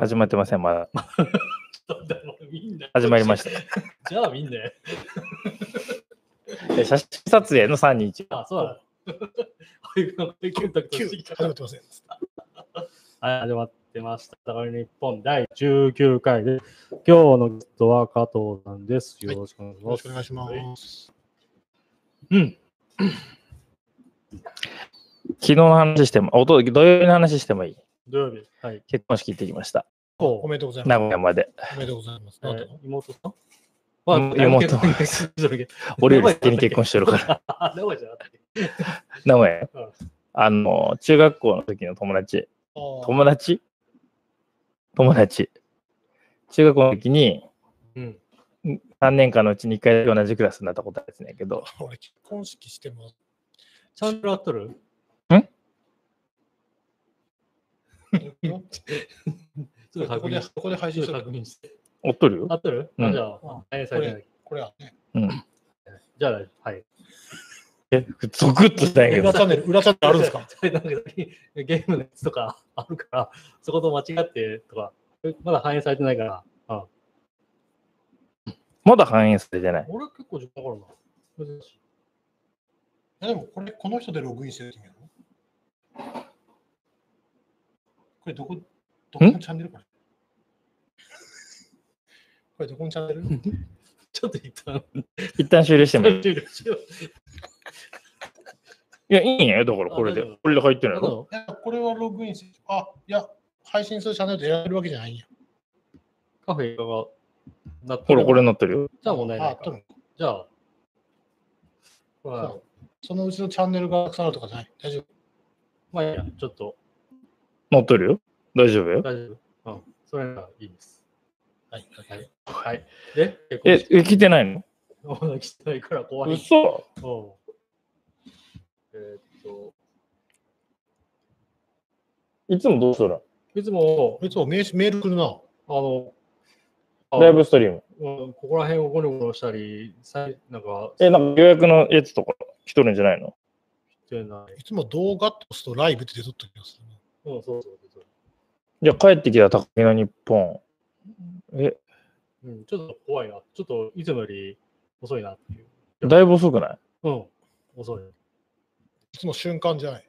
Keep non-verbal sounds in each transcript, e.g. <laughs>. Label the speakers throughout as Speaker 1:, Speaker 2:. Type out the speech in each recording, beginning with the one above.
Speaker 1: 始まってません、まだ。
Speaker 2: そうだろうみんな
Speaker 1: 始まりました。
Speaker 2: じゃあみんなや。
Speaker 1: え写真撮影の321。
Speaker 2: あ、そうだ。保育のコンタクトしてきた
Speaker 3: 始まってません。
Speaker 2: はい、始まってました。高木日本第19回で、今日のゲストは加藤さんです。よろしくお願いし
Speaker 3: よろ
Speaker 2: ま
Speaker 3: し
Speaker 2: す。
Speaker 3: くお願いします。
Speaker 2: うん。
Speaker 1: 昨日の話しても、おと土曜日の話してもいい。
Speaker 2: 土曜日。はい。
Speaker 1: 結婚式行ってきました。
Speaker 2: こ
Speaker 3: おめでとうございま
Speaker 1: 名古屋まで。
Speaker 3: す。おめでとうございます。
Speaker 2: う、
Speaker 3: あ
Speaker 2: え
Speaker 3: と
Speaker 2: ー妹さん
Speaker 1: うん妹
Speaker 2: あ結婚
Speaker 1: 俺より先に結婚してるから。
Speaker 2: あ、名古屋じゃなくて。
Speaker 1: 名古屋
Speaker 2: うん。
Speaker 1: あの、中学校の時の友達。
Speaker 3: あー
Speaker 1: 友達友達。中学校の時に、
Speaker 2: うん。
Speaker 1: 3年間のうちに1回同じクラスになったことあるんですねんけど、
Speaker 3: 俺、結婚式しても、
Speaker 2: チャンネル合っとるんちょっと
Speaker 3: こ
Speaker 2: 確
Speaker 3: こ
Speaker 2: 認
Speaker 3: で、
Speaker 2: して。
Speaker 3: ここで配
Speaker 2: ち
Speaker 3: 信
Speaker 2: ょっ
Speaker 3: して
Speaker 2: と
Speaker 3: る
Speaker 2: 確。認して。
Speaker 1: おっとるよ
Speaker 2: 合っとる
Speaker 1: う
Speaker 2: あ
Speaker 1: ん
Speaker 2: じゃあ、反映されてない。
Speaker 3: これはね、
Speaker 1: うん。
Speaker 2: じゃあ、はい。
Speaker 1: え、ゾクッとしたんやけ
Speaker 3: 裏
Speaker 1: ど
Speaker 3: チ、ャンネル、裏チャンネルあるんですか
Speaker 2: なんか <laughs> ゲームのやつとかあるから、そこと間違ってとか、まだ反映されてないから、あ
Speaker 1: まだ反映されてない。
Speaker 2: 俺結構時間かかるな。難しい。
Speaker 3: いやでも、これ、この人でログインしてるって意味なのこれ、どこ、どこのチャンネルこれこれ、どこのチャンネル
Speaker 2: ちょっと一旦、
Speaker 1: 一旦終了してもいい。い
Speaker 2: 終了しよう
Speaker 1: や、いいんや、だからこれで
Speaker 2: あ大丈夫。
Speaker 1: これで入ってるや
Speaker 2: なる
Speaker 1: ろ
Speaker 2: ほ。ど
Speaker 3: いや、これはログインしてる。あ、いや、配信するチャンネルで選べるわけじゃないんや。
Speaker 2: カフェがなっ
Speaker 1: ほ
Speaker 2: て
Speaker 1: ら、
Speaker 2: る
Speaker 1: これになってるよ。
Speaker 2: じゃあ問題な
Speaker 3: あ
Speaker 2: い
Speaker 3: 多
Speaker 2: から。
Speaker 3: 分
Speaker 2: じゃあ、まあ
Speaker 3: そ、そのうちのチャンネルがたくさんあるとかじゃない。大丈夫。
Speaker 2: まあいいや、ちょっと
Speaker 1: 乗っとるよ。大丈夫よ。
Speaker 2: 大丈夫。うん、それならいいです。
Speaker 3: はい。
Speaker 2: はいはい。で、結婚
Speaker 1: え
Speaker 2: 式、
Speaker 1: え来てないの
Speaker 2: お話ししたいから怖い。
Speaker 1: 嘘
Speaker 2: そうえーっと、
Speaker 1: いつもどうする
Speaker 2: いつも、
Speaker 3: こいつもメールメール来るな。
Speaker 2: あの、
Speaker 1: のライブストリーム。
Speaker 2: うんここら辺をゴロゴロしたり、さいなんか、
Speaker 1: え、なんか予約のやつとか来とるんじゃないの
Speaker 2: してない。
Speaker 3: いつも動画って押すとライブって出とった気がするな。
Speaker 2: うん、そうそうそう
Speaker 1: じゃあ帰ってきた高木の日本。え、
Speaker 2: そう。うん、ちょっと怖いな。ちょっといつもより遅いなっていう。
Speaker 1: だいぶ遅くない
Speaker 2: うん、遅い。
Speaker 3: いつも瞬間じゃない。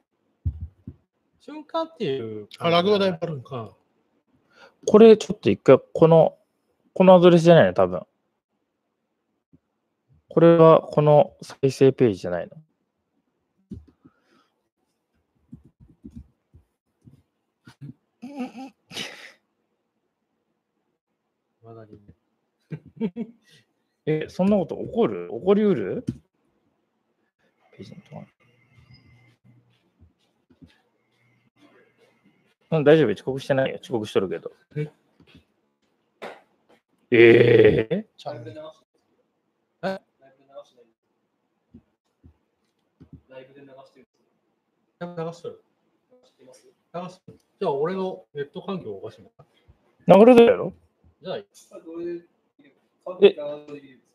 Speaker 2: 瞬間っていう。
Speaker 3: あ、ラグはだいぶあるん
Speaker 2: う
Speaker 3: か。
Speaker 2: ん。
Speaker 1: これちょっと一回、この、このアドレスじゃないの多分。これはこの再生ページじゃないの
Speaker 2: まだにね。
Speaker 1: え、そんなこと起こる起こりうるページのとこうん、大丈夫よ。遅刻してないよ。遅刻しとるけど
Speaker 2: え。
Speaker 1: ええ
Speaker 3: チャンネル。
Speaker 2: え
Speaker 4: ライブで流してないライブで流してる
Speaker 2: 流してる。
Speaker 4: 知ってます
Speaker 2: 流してる。じゃあ、俺のネット環境おかしいのか
Speaker 1: 流れてるやろ
Speaker 2: じゃあ、
Speaker 4: あどれで見れるカウン
Speaker 1: え
Speaker 4: ターで見れるんですか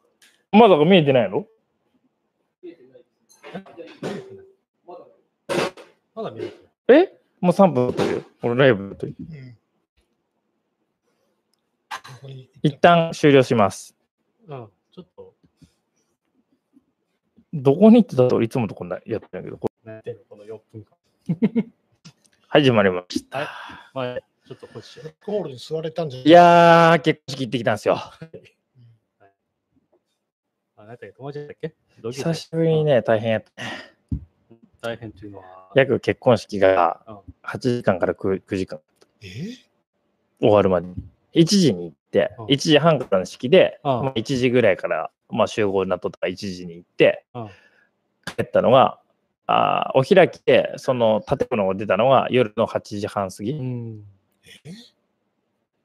Speaker 1: まだ見えてないやろ
Speaker 4: 見えてないですじゃあまだ
Speaker 2: まだ見える。
Speaker 1: えもう3分経ってるよ。俺ライブと
Speaker 3: うん。ここに
Speaker 1: 一旦終了します。
Speaker 2: うん、ちょっと、
Speaker 1: どこに行ってたといつもとこんなやってるけど。これ
Speaker 2: ね、この4分間。
Speaker 1: 始まりました。
Speaker 2: まあ、ちょっとこっち。
Speaker 3: ブラックホールに座れたんじゃない
Speaker 1: いやー、結婚式行ってきたんですよ。
Speaker 2: あ、なんだっけ、友達だっけ同級生
Speaker 1: 久しぶりにね、大変やった。
Speaker 2: 大変っていうのは、
Speaker 1: 約結婚式が
Speaker 2: うん
Speaker 1: 8時間から 9, 9時間
Speaker 3: えー
Speaker 1: 終わるまで1時に行って
Speaker 2: うん
Speaker 1: 1時半からの式で、
Speaker 2: うん
Speaker 1: まあ、1時ぐらいから、まあ、集合になっとったから1時に行って
Speaker 2: うん
Speaker 1: 帰ったのがあーお開きでその建物を出たのが夜の8時半過ぎ、
Speaker 2: うん。
Speaker 3: えー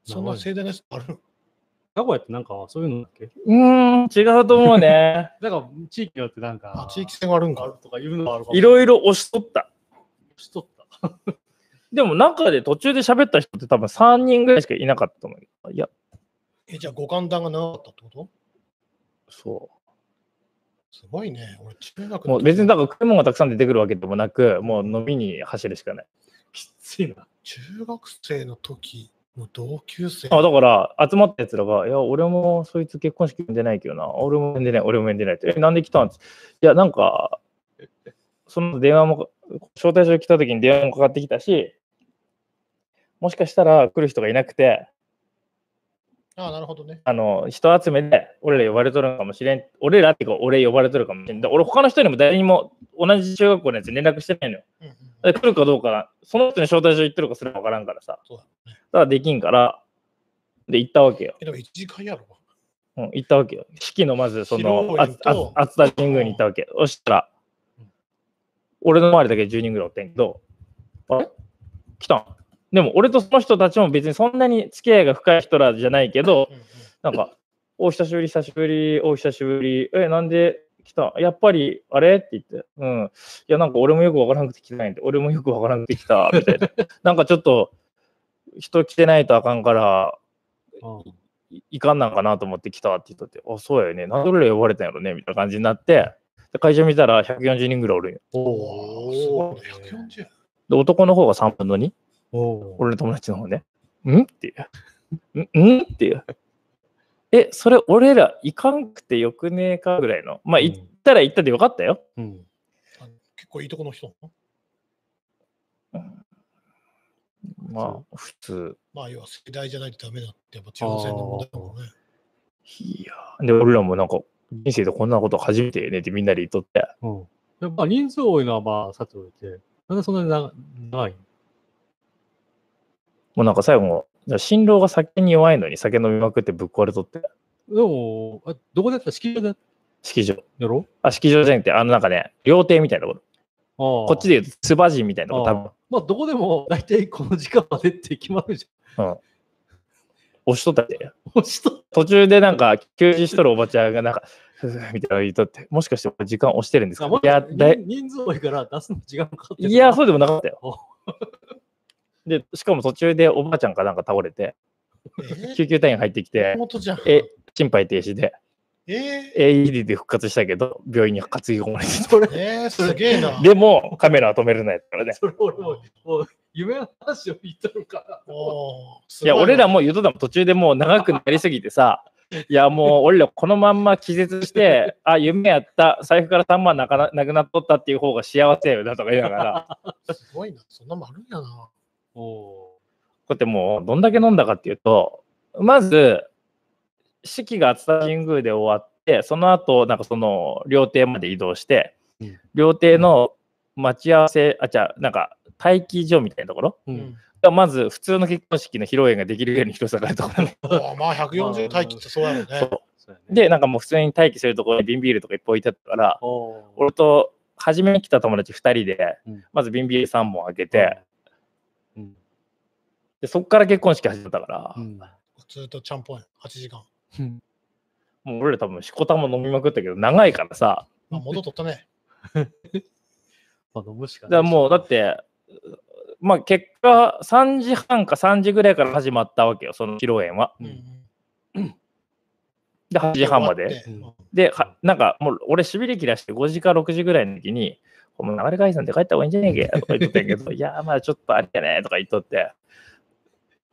Speaker 3: そんな盛大なやつある
Speaker 2: 名古屋ってなんかそういうのだっけ
Speaker 1: うーん違うと思う
Speaker 2: <laughs>
Speaker 1: ね
Speaker 2: なんか地域によってなん
Speaker 3: あ
Speaker 2: か、
Speaker 3: 地域性があるん
Speaker 2: ある
Speaker 3: か。
Speaker 2: とかいうのはあるかも
Speaker 1: いろいろ押しとった
Speaker 2: しとった。
Speaker 1: でも中で途中で喋った人って多分3人ぐらいしかいなかったと思うけどいや
Speaker 3: え、じゃあ五感談が長かったってこと
Speaker 1: そ
Speaker 3: すごいね。俺、中学
Speaker 1: うもう別にだ
Speaker 3: だ
Speaker 1: から食い物がたくさん出てくるわけでもなくもう飲みに走るしかない
Speaker 2: きついな。
Speaker 3: 中学生の時もう同級生。
Speaker 1: あだから、集まったやつらが、いや、俺もそいつ結婚式呼んでないけどな、俺も呼んでない、俺も呼んでないって、え、なんで来たんですいや、なんか、その電話も、招待状来た時に電話もかかってきたし、もしかしたら来る人がいなくて、
Speaker 3: ああ、なるほどね。
Speaker 1: あの、人集めで、俺ら呼ばれとるのかもしれん、俺らっていうか、俺呼ばれとるかもしれん。で俺、他の人にも誰にも同じ中学校のやつに連絡してないのよ。
Speaker 3: うんうん
Speaker 1: で来るかどうか、その人に招待状行ってるかすら分からんからさ。
Speaker 3: そうだ
Speaker 1: だからできんから、で、行ったわけよ。
Speaker 3: えでも1時間やろ。
Speaker 1: うん、行ったわけよ。式のまず、その
Speaker 3: 披、
Speaker 1: あ
Speaker 3: 露宴と
Speaker 1: あ熱田神宮に行ったわけ。そしたら
Speaker 2: うん、
Speaker 1: 俺の周りだけ10人ぐらいおってんけど、あれ来たんでも、俺とその人たちも別にそんなに付き合いが深い人らじゃないけ
Speaker 3: <laughs>
Speaker 1: ど、
Speaker 3: うんうん
Speaker 1: なんか、お久しぶり、久しぶり、お久しぶり、え、なんで来たやっぱり、あれって言って、うん。いや、なんか俺もよくわからなくて来てないんで、俺もよくわからなくて来た、みたいな。なんかちょっと、人来てないとあかんから、
Speaker 2: うん
Speaker 1: いいかんなんかなと思って来たって言ったって、あ、そうやよね。なんで俺ら呼ばれたんやろねみたいな感じになって、で会場見たら140人ぐらいおるんよ。
Speaker 2: お
Speaker 3: お
Speaker 2: ー
Speaker 3: ー、すごいね。
Speaker 2: ね
Speaker 3: 140。
Speaker 1: で、男の方が3分の2、
Speaker 2: おー
Speaker 1: 俺の友達の方ね。んっていう。んんっていう。え、それ俺ら行かんくてよくねえかぐらいの。まあ、行ったら行ったでよかったよ。
Speaker 2: うん
Speaker 3: あ結構いいとこの人。
Speaker 1: まあ、普通。
Speaker 3: まあ、要は世代じゃないとダメだって、やっぱ地方選の問題だもんね。
Speaker 1: いやーで、俺らもなんか、人生でこんなこと初めてやねってみんなで言っとって。
Speaker 2: うんでまあ人数多いのはまあさておいて、なんでそんなに長長い
Speaker 1: もうなんか最後も、新郎が酒に弱いのに酒飲みまくってぶっ壊れとって。
Speaker 2: でも、あどこでやった式場で
Speaker 1: 式場。
Speaker 2: やろ
Speaker 1: あ、式場じゃなくて、あのなんかね、料亭みたいなところ。
Speaker 2: こ
Speaker 1: こっちで言うと、つば人みたいなとこ、多分
Speaker 2: まあ、どこでも大体この時間までって決まるじ
Speaker 1: 押しとったって。
Speaker 2: ゃん。もうちょっと
Speaker 1: 途中でなんか、休止しとるおばちゃんがなんか、 <laughs> ふふみたいなの言っとって、もしかして俺時間押してるんですか
Speaker 2: あもう
Speaker 1: いや、だい
Speaker 2: 人数多いから出すの時間かかってる
Speaker 1: いや、そうでもなかったよ
Speaker 2: お。
Speaker 1: で、しかも途中でおばあちゃんかなんか倒れて、
Speaker 3: え
Speaker 1: 救急隊員入ってきて
Speaker 3: ー、、元じゃん。
Speaker 1: え、心肺停止で、
Speaker 3: え
Speaker 1: AED で復活したけど、病院に担ぎ込まれて
Speaker 2: それ
Speaker 3: ー、、えー、すげえな。
Speaker 1: でも、カメラは止めれないからね。
Speaker 2: それ俺も、もう夢の話を言っとるから。
Speaker 3: おーす
Speaker 1: いや、
Speaker 3: ごな
Speaker 1: 俺らもう言うとったもん途中でもう長くなりすぎてさ、いや、もう俺らこのまんま気絶して、あ、夢やった、財布から3万なかななくなっとったっていう方が幸せよなとか言いながら、こ
Speaker 3: すごいな。そんなもあるんやな。
Speaker 2: お
Speaker 1: うやってもうどんだけ飲んだかっていうと、まず、式が熱田神宮で終わって、その後、なんかその料亭まで移動して
Speaker 2: うん、
Speaker 1: 料亭の待ち合わせ、あ、じゃあ、なんか待機所みたいなところ
Speaker 2: う。。
Speaker 3: うん
Speaker 1: が、まず普通の結婚式の披露宴ができるように広さがあるところね
Speaker 3: ああま
Speaker 1: <laughs>
Speaker 3: あ、140待機ってそうやろうね。
Speaker 2: そうやね、
Speaker 1: で、なんかもう普通に待機するところに瓶ビールとかいっぱい置いてあったから、
Speaker 2: おー
Speaker 1: 俺と初めに来た友達2人で
Speaker 2: うん、
Speaker 1: まず瓶ビール3本開けて、、
Speaker 2: うん
Speaker 1: でそっから結婚式始まったから、
Speaker 2: うん
Speaker 3: ずっとちゃんぽんや。8時間。
Speaker 2: うん
Speaker 1: もう俺ら多分しこたま飲みまくったけど、長いからさ、
Speaker 3: まあ、戻っとったね。
Speaker 2: まあ飲むしか
Speaker 1: だ
Speaker 2: な
Speaker 1: か
Speaker 2: い
Speaker 1: らもうだって、まあ結果3時半か3時ぐらいから始まったわけよ、その披露宴は。
Speaker 2: うん
Speaker 1: で、8時半まで。
Speaker 3: 終わって
Speaker 1: で、はなんかもう俺しびれ切らして5時か6時ぐらいの時に、この流れ解散で帰った方がいいんじゃねえけとか言っとったんやけど、いやーまあちょっとあれやねとか言っとって。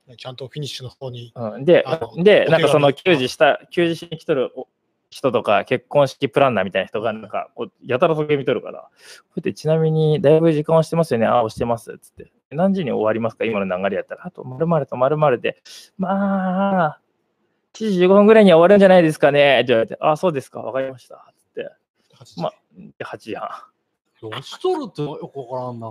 Speaker 3: うんちゃんとフィニッシュの方に。
Speaker 1: うん、で
Speaker 3: あ、の
Speaker 1: で、
Speaker 3: お
Speaker 1: なんかその
Speaker 3: 手
Speaker 1: 給
Speaker 3: 紙
Speaker 1: 仕した、給仕しに来とるお人とか、結婚式プランナーみたいな人が、なんかこう、やたら時計見とるから、こうやってちなみに、だいぶ時間押してますよね、あ、押してます、つって。何時に終わりますか、今の流れやったら。あと、〇〇と〇〇で、まあ、7時15分ぐらいには終わるんじゃないですかね、って言われて、あ、そうですか、わかりました、つって。
Speaker 3: 8時
Speaker 1: まあで、8時半。
Speaker 2: 押しとるってよくわからんな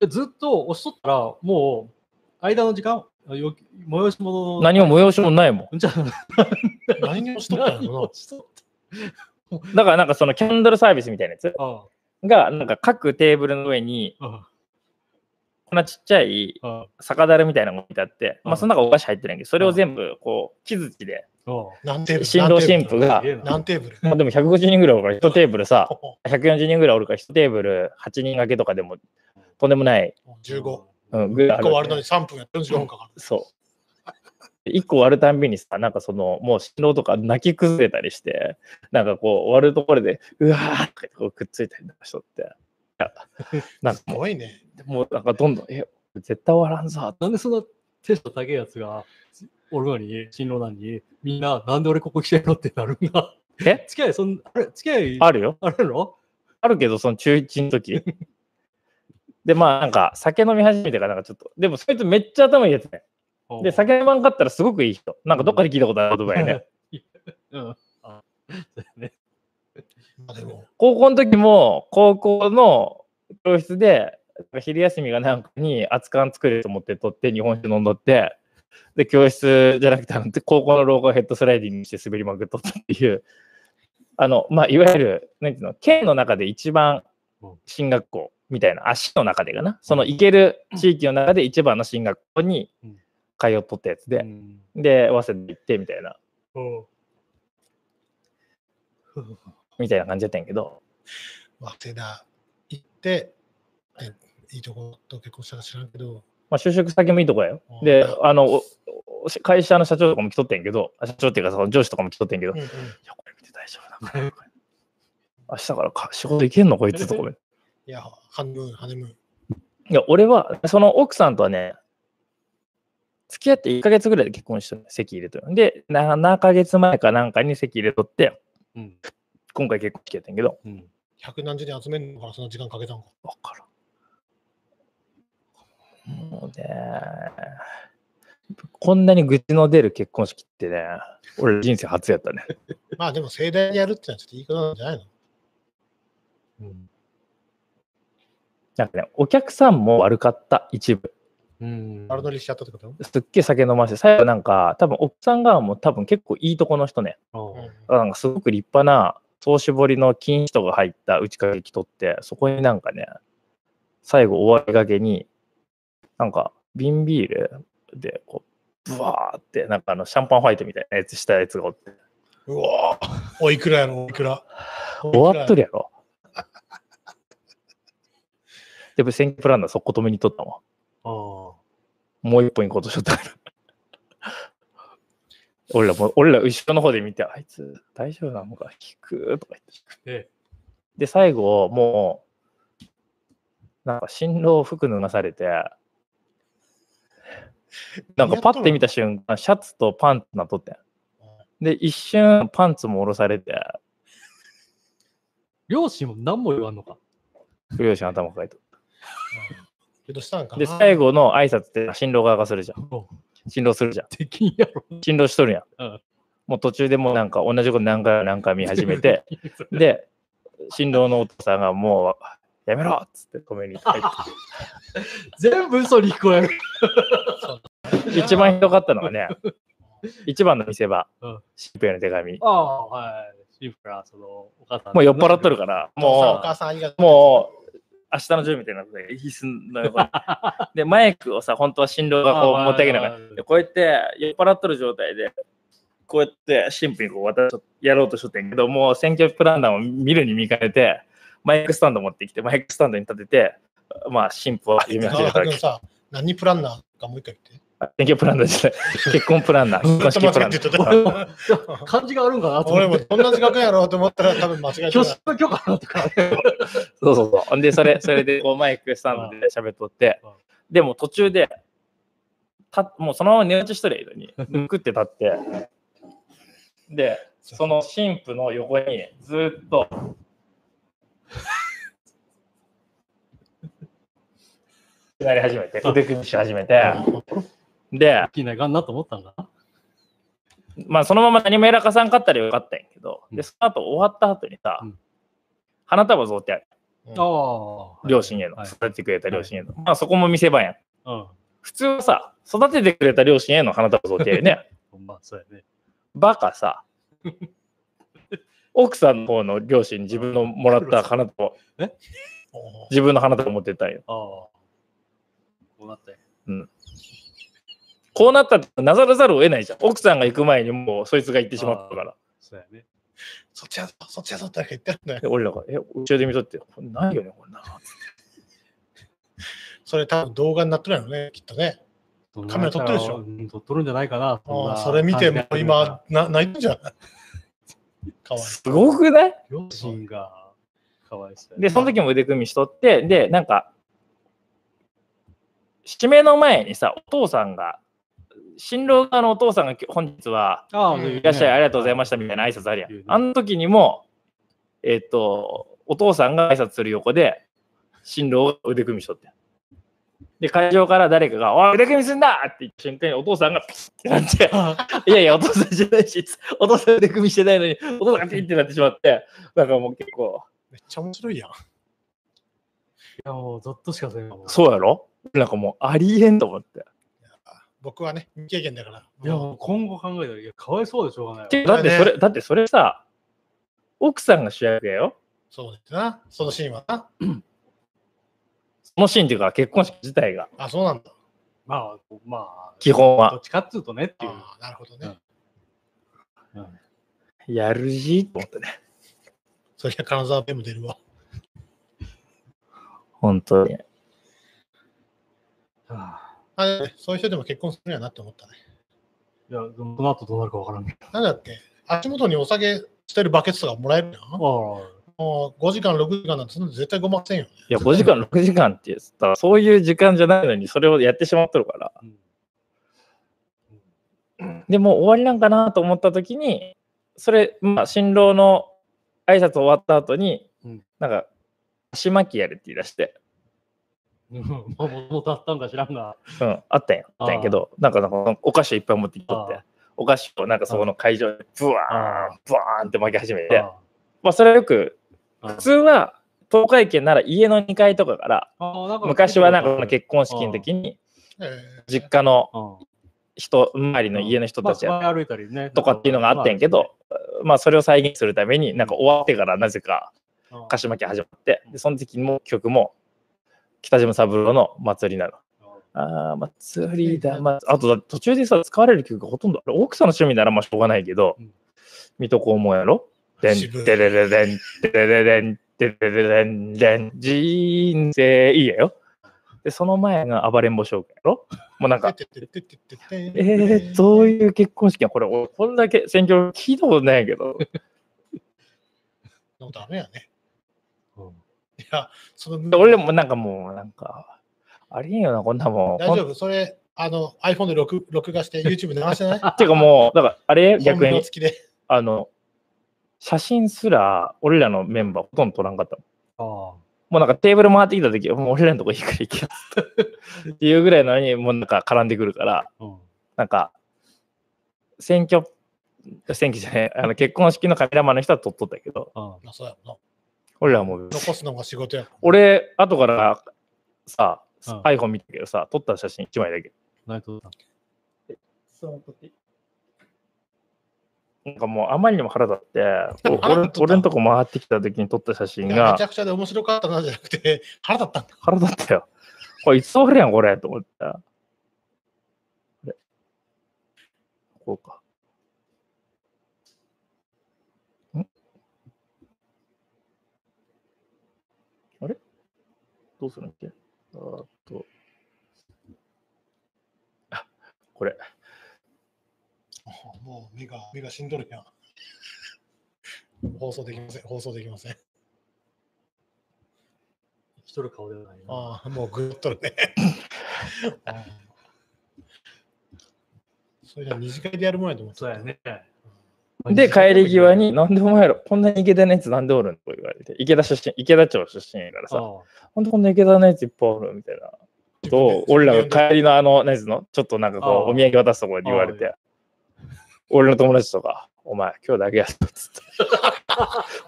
Speaker 2: でずっと押しとったら、もう、間の時間、よ催し物の。
Speaker 1: 何も催しもないも
Speaker 2: じゃあ、 <laughs>
Speaker 3: 何にもしとったんや
Speaker 2: 何を
Speaker 1: <laughs>
Speaker 3: ろ
Speaker 2: 押しとっ
Speaker 1: ん。だから、なんかそのキャンドルサービスみたいなやつ
Speaker 2: たあ
Speaker 1: が、なんか各テーブルの上に、
Speaker 2: ああ
Speaker 1: こんなちっちゃい
Speaker 2: ああ
Speaker 1: 酒樽みたいなのが置いてあって、まあ、
Speaker 2: うん
Speaker 1: その中お菓子入ってるんやけど、それを全部こう、木づちで、
Speaker 2: あ
Speaker 3: な。何テーブル
Speaker 1: 新郎新婦が
Speaker 2: すげえな
Speaker 3: 何テーブル
Speaker 1: もうでも150人ぐらいおるから、1テーブルさ、
Speaker 3: お
Speaker 1: <laughs>
Speaker 3: お
Speaker 1: 140人ぐらいおるから、1テーブル8人掛けとかでも、とんでもない、
Speaker 3: 15。1
Speaker 1: うん、ぐらいある
Speaker 3: 個終
Speaker 1: わ
Speaker 3: わ
Speaker 1: け
Speaker 3: るのに3分や45分かかる。
Speaker 1: そう。1個割るたんびにさ、なんかその、もう新郎とか泣き崩れたりして、なんかこう、割るところで、うわーとかこうくっついたりとかしとって、いやなんか
Speaker 3: すごいね。
Speaker 1: もう、なんかどんどん、え、絶対終わらんぞ、
Speaker 2: なんでそんなテンション高いやつが、おるのに、新郎なのに、みんな、なんで俺ここ来てんのってなるんだ。
Speaker 1: え
Speaker 2: <laughs> 付き合い、そん、あれ、付き合い、あ
Speaker 1: あるよ。
Speaker 2: れの
Speaker 1: あるけど、その中1の時。 <laughs> で、まあなんか、酒飲み始めてからなんかちょっと。でも、そいつめっちゃ頭いいやつね。で、酒飲まんかったらすごくいい人。なんかどっかで聞いたことある言葉やね。
Speaker 2: うん。あそうやね。
Speaker 3: まあでも、
Speaker 1: 高校の時も、高校の教室で、昼休みがなんかに熱燗作ると思って取って、日本酒飲んどって、で、教室じゃなくて、あの高校の廊下をヘッドスライディングして滑りまくっとったっていう、あの、まあ、いわゆる、なんていうの、県の中で一番進学校みたいな、足の中でかな、その行ける地域の中で一番の進学校に通っとったやつ
Speaker 2: う
Speaker 1: で、
Speaker 2: ん
Speaker 1: で、早稲田行ってみたいな、みたいな感じだったんやけど、
Speaker 3: 早稲田行って、でいいとこと結婚したか知らんけど、
Speaker 1: まあ、就職先もいいとこやよ。で、あの、おお会社の社長とかも来とってんけど、あ社長っていうか、その上司とかも来とってんけど、いや、これ見て大丈夫なのかなこれ <laughs> 明日からか仕事行けんのこいつとか思って。
Speaker 3: いや、ハネムーン、ハネムーン。
Speaker 1: いや、俺は、その奥さんとはね、付き合って1ヶ月ぐらいで結婚してる籍入れとる。で、7ヶ月前かなんかに籍入れとって、
Speaker 2: うん。
Speaker 1: 今回結婚式やってんけど、
Speaker 2: うん。
Speaker 3: 百何十人集めるのからそんな時間かけたんか。
Speaker 1: わからん。もうね、こんなに愚痴の出る結婚式ってね、俺人生初やったね。
Speaker 3: まあでも盛大にやるってのはちょっといいことなんじゃないの
Speaker 2: うん
Speaker 1: なんかね、お客さんも悪かった、一部。
Speaker 2: うん。
Speaker 3: 丸乗りしちゃったってこと
Speaker 1: すっげえ酒飲ませて、最後なんか、多分奥さん側も多分結構いいとこの人ね、
Speaker 2: うん
Speaker 1: なんかすごく立派な総絞りの金糸が入った打ち掛け着とって、そこになんかね、最後終わりがけに、なんか瓶ビールでこう、ブワーって、なんかあのシャンパンファイトみたいなやつしたやつがおって、
Speaker 3: うわぁおいくらやろおいくら。
Speaker 1: 終わっと
Speaker 3: る。
Speaker 1: るやろ。で、僕選挙プランナーそこ止めにとったも
Speaker 2: ああ。
Speaker 1: ん。もう一本行こうとしとったから。俺らも、俺ら後ろの方で見て、あいつ大丈夫なのか、聞くとか言って。
Speaker 2: で、
Speaker 1: で、最後、もう、なんか、新郎服脱がされて、なんか、パッて見た瞬間、シャツとパンツなっとってん。で、一瞬、パンツも下ろされて、
Speaker 2: 両親も何も言わんのか。
Speaker 1: 不良心頭抱えと。
Speaker 3: けどしたんかな
Speaker 1: で、最。後の挨拶って、新郎側がするじゃん。新郎するじゃん。
Speaker 2: できんやろ。
Speaker 1: 新郎しとるやん。
Speaker 2: うん
Speaker 1: もう途中でもうなんか、同じこと何回も何回も見始めて、で、新郎のお父さんがもう、やめろっつって止めに行って帰ってき
Speaker 2: 全部嘘に聞こえる。
Speaker 1: て。一番ひどかったのがね、一番の見せ場
Speaker 2: うん、
Speaker 1: シンペイの手紙。
Speaker 2: ああ、はい。シンプルな、その、お母さん。
Speaker 1: もう酔っ払っとるから、
Speaker 3: お
Speaker 1: も
Speaker 3: 母さんありがと
Speaker 1: う、もう、明日の準備みたいなことで、椅子の横に。で、マイクをさ、本当は新郎がこう持ってあげながら、でこうやって酔っ払っとる状態で、こうやって新婦にこう渡しとやろうとしとってんけど、もう選挙プランナーを見るに見かねて、マイクスタンド持ってきて、マイクスタンドに立てて、まあ、新婦を始め
Speaker 3: う。
Speaker 1: 始め
Speaker 3: 長 <laughs>
Speaker 1: たわ
Speaker 3: 原
Speaker 1: け
Speaker 3: 君。さ、何プランナーかもう一回言って。
Speaker 1: 選挙プランナーじゃない。結婚プランナー。結婚
Speaker 3: ずっ
Speaker 1: 式プ
Speaker 3: と
Speaker 1: ラ
Speaker 3: 間
Speaker 1: ン
Speaker 3: 違
Speaker 1: ナ
Speaker 3: えて
Speaker 1: ー。
Speaker 3: た。
Speaker 2: 漢字があるんかなと
Speaker 3: 俺
Speaker 2: 思
Speaker 3: も
Speaker 2: って。
Speaker 3: こんな時間やろうと思ったら多分間違えて
Speaker 2: 挙
Speaker 3: た。
Speaker 2: 手許可なとか。
Speaker 1: そうそうそう。ほんで、それ、それ
Speaker 2: <laughs>
Speaker 1: で、こう、マイクスタンドで喋っとって
Speaker 2: うん、
Speaker 1: でも途中で、たもうそのまま寝落ちしとる間に、 <laughs> むくって立って、で、その神父の横にずっと、 <laughs> なり始めて、腕組みし始めて、で、
Speaker 2: きないかんなと思ったんだな。
Speaker 1: まあそのまま何もやらかさんかったらよかったんやけど、
Speaker 2: う
Speaker 1: で、
Speaker 2: ん
Speaker 1: その後終わった後にさ
Speaker 2: うん、
Speaker 1: 花束贈ってある、
Speaker 2: ああ。
Speaker 1: 両親への、
Speaker 2: はい
Speaker 1: 育ててくれた両親への。まあそこも見せ場やん。
Speaker 2: うん。
Speaker 1: 普通はさ、育ててくれた両親への花束贈呈よ
Speaker 2: <laughs>
Speaker 1: ね。
Speaker 2: まあ、そうやね。
Speaker 1: バカ
Speaker 2: <laughs>
Speaker 1: さ。奥さんの方の両親に自分のもらった花束、
Speaker 3: お
Speaker 1: 自分の花束持ってったんよ。
Speaker 2: ああ。こうなったよ。
Speaker 1: こうなったってなざらざるを得ないじゃん。奥さんが行く前にもうそいつが行ってしまったから。
Speaker 2: そうやね。
Speaker 3: そっちやぞ、そっちやぞって言ってるんだよ。
Speaker 1: で俺らが、え、後ろで見とって、これないよね、こんな。
Speaker 3: それ多分動画になってるやろね、きっとね。カメラ撮ってるでしょ
Speaker 2: うん撮っとるんじゃないかな。ん
Speaker 3: あ
Speaker 2: な
Speaker 3: あそれ見てもう
Speaker 2: 感じが
Speaker 3: 今、な泣いてんじゃないかわい
Speaker 1: すごくない
Speaker 2: 両親がかわいそうやね。
Speaker 1: で、その時も腕組みしとって、で、なんか、指名の前にさ、お父さんが新郎側のお父さんが今日本日は、
Speaker 2: あ
Speaker 3: うん
Speaker 1: いらっしゃい、ありがとうございま
Speaker 2: し
Speaker 1: したみたいな挨拶あるや
Speaker 2: 言うんね。
Speaker 1: あの時にも、えっと、お父さんが挨拶する横で、新郎が腕組みしとって。で、会場から誰かが、おい、腕組みすんだって言った瞬間にお父さんがピッてなって、いやいや、お父さんじゃないし、お父さん腕組みしてないのに、お父さんがピッてなってしまって、なんかもう結構、
Speaker 3: めっちゃ面白いやん。
Speaker 2: いやもうゾッとしかせんわ。う。
Speaker 1: そうやろなんかもう、ありえんと思って。
Speaker 3: 僕はね、未経験だから。
Speaker 2: いやもう今後考えたら、いや、かわいそうでしょうがない
Speaker 1: てかだってそれ、だってそれさ、奥さんが主役やよ。
Speaker 3: そうですな。そのシーンはな。
Speaker 1: そのシーンっていうか、結婚式自体が、
Speaker 3: あ、そうなんだ。
Speaker 2: わ。まあ、ま
Speaker 1: 基本
Speaker 2: あ、ど
Speaker 1: は
Speaker 2: っ。ちかっつうとねっていう。
Speaker 3: あーなるほどね。
Speaker 2: うん
Speaker 1: やるじと思ってね。
Speaker 3: そりゃ金沢弁も出るわ。
Speaker 1: 本当に。
Speaker 2: はあ
Speaker 3: あでもねそういう人でも結婚するんやなって思ったね。
Speaker 2: いや、でもこの後どうなるかわからんけど。
Speaker 3: なんだっけ足元にお酒してるバケツとかもらえるやん。
Speaker 2: ああ。
Speaker 3: もう5時間、6時間なんてそんなの絶対ごませんよね。
Speaker 1: いや、5時間、6時間って言ったら、そういう時間じゃないのに、それをやってしまっとるから。
Speaker 2: うん
Speaker 1: でもう終わりなんかなと思った時に、それ、まあ、新郎の挨拶終わった後に、
Speaker 2: うん
Speaker 1: なんか、足巻きやるって言い出して、
Speaker 2: うん <laughs> まあ、もともとあったんか知らんが。
Speaker 1: うん、あったんや、あったんやけど、なんか、なんかお菓子をいっぱい持ってきとっ
Speaker 2: あ
Speaker 1: て
Speaker 2: あ、
Speaker 1: お菓子をなんかそこの会場に、ブワー
Speaker 2: あ
Speaker 1: ン、ブワーンって巻き始めて、
Speaker 2: あ
Speaker 1: まあ、それはよく、
Speaker 2: あ
Speaker 1: 普通は、東海圏なら家の2階とかから、
Speaker 2: ああなんか
Speaker 1: 昔はなんかこの結婚式の時に、
Speaker 3: えー
Speaker 1: 実家の
Speaker 2: うん
Speaker 1: 人、周りの家の人たちや
Speaker 2: まあ前歩いたりね。
Speaker 1: とかっていうのがあってんけど、まあそれを再現するために、なんか終わってからなぜか
Speaker 2: まあ、
Speaker 1: 歌詞巻き始まって、でその時も曲も北島三郎の祭りなの。ああ、祭りだ、まあ、あとだ途中でさ、使われる曲がほとんど、あれ奥さんの趣味ならまあしょうがないけど
Speaker 2: うん、
Speaker 1: 水戸黄門やろでん、
Speaker 3: 渋い
Speaker 1: でれれれん、でれれれん、でれれれん、でん、人生いいやよ。で、その前が暴れん坊将軍やろもうなん
Speaker 3: <laughs>
Speaker 1: か、
Speaker 3: てってってってってって
Speaker 1: えー、どう
Speaker 3: う。
Speaker 1: いう結婚式やこれ、俺、こんだけ選挙聞いたことないけど。
Speaker 3: のダメやね。
Speaker 2: うん
Speaker 3: いや、その
Speaker 1: で俺もなんかもう、なんか、ありえんよな、こんなもん。
Speaker 3: 大丈
Speaker 1: ほん
Speaker 3: 夫それ、あの、iPhone で録録画して YouTube で流してない
Speaker 1: ていうかもう、だから、あれ、
Speaker 3: 本
Speaker 1: <laughs> 逆
Speaker 3: 名
Speaker 1: に、
Speaker 3: 付きで。
Speaker 1: あの、写真すら、俺らのメンバーほとんど撮らんかったもん。
Speaker 2: あ
Speaker 1: もうなんかテーブル回ってきた時は、もう俺らのとこいいから行きますっていうぐらいなのに、もうなんか絡んでくるから、
Speaker 2: あ、うん
Speaker 1: なんか、選挙、選挙じゃない、あの結婚式のカメラマンの人は撮っとったけど、
Speaker 2: あ
Speaker 3: まあ、そうやも
Speaker 1: 俺らはもう
Speaker 3: んな、残すのが仕事やもん。
Speaker 1: 俺、後からさ、
Speaker 2: うん
Speaker 1: iPhone 見たけどさ、撮った写真1枚だけ。
Speaker 2: 内藤さん。
Speaker 1: なんかもうあまりにも腹立って、
Speaker 3: 腹立
Speaker 1: 俺
Speaker 3: った
Speaker 1: 俺のとこ回ってきた時に撮った写真
Speaker 3: いやめ
Speaker 1: が
Speaker 3: ちゃくちゃで面白かったなじゃなくて、腹立ったんだ。
Speaker 1: 腹立ったよ。これいつ撮るやん、これと思った。あれこうか。んあれどうするんだっけあーっと。あこれ。
Speaker 3: もう目が、目が死んどるやん。放送できません、放送できません。
Speaker 2: 生きとる顔ではないな。
Speaker 3: ああ、もうグッとるね。あーそれじゃ二次会でやるもんやと思って
Speaker 2: そうやね。
Speaker 1: で、帰り際に、なんでお前ら、こんなに池田のやつなんでおるんと言われて、池田出身、池田町出身やから
Speaker 2: あ
Speaker 1: さ、
Speaker 2: あ、
Speaker 1: なんでこんな池田のやついっぱいおるみたいな。と、俺らが帰りのあの、何つうのちょっとなんかこ
Speaker 2: あ
Speaker 1: う、
Speaker 2: ー
Speaker 1: お土産渡すところで言われて、俺の友達とか、お前、今日だけやぞ、つって。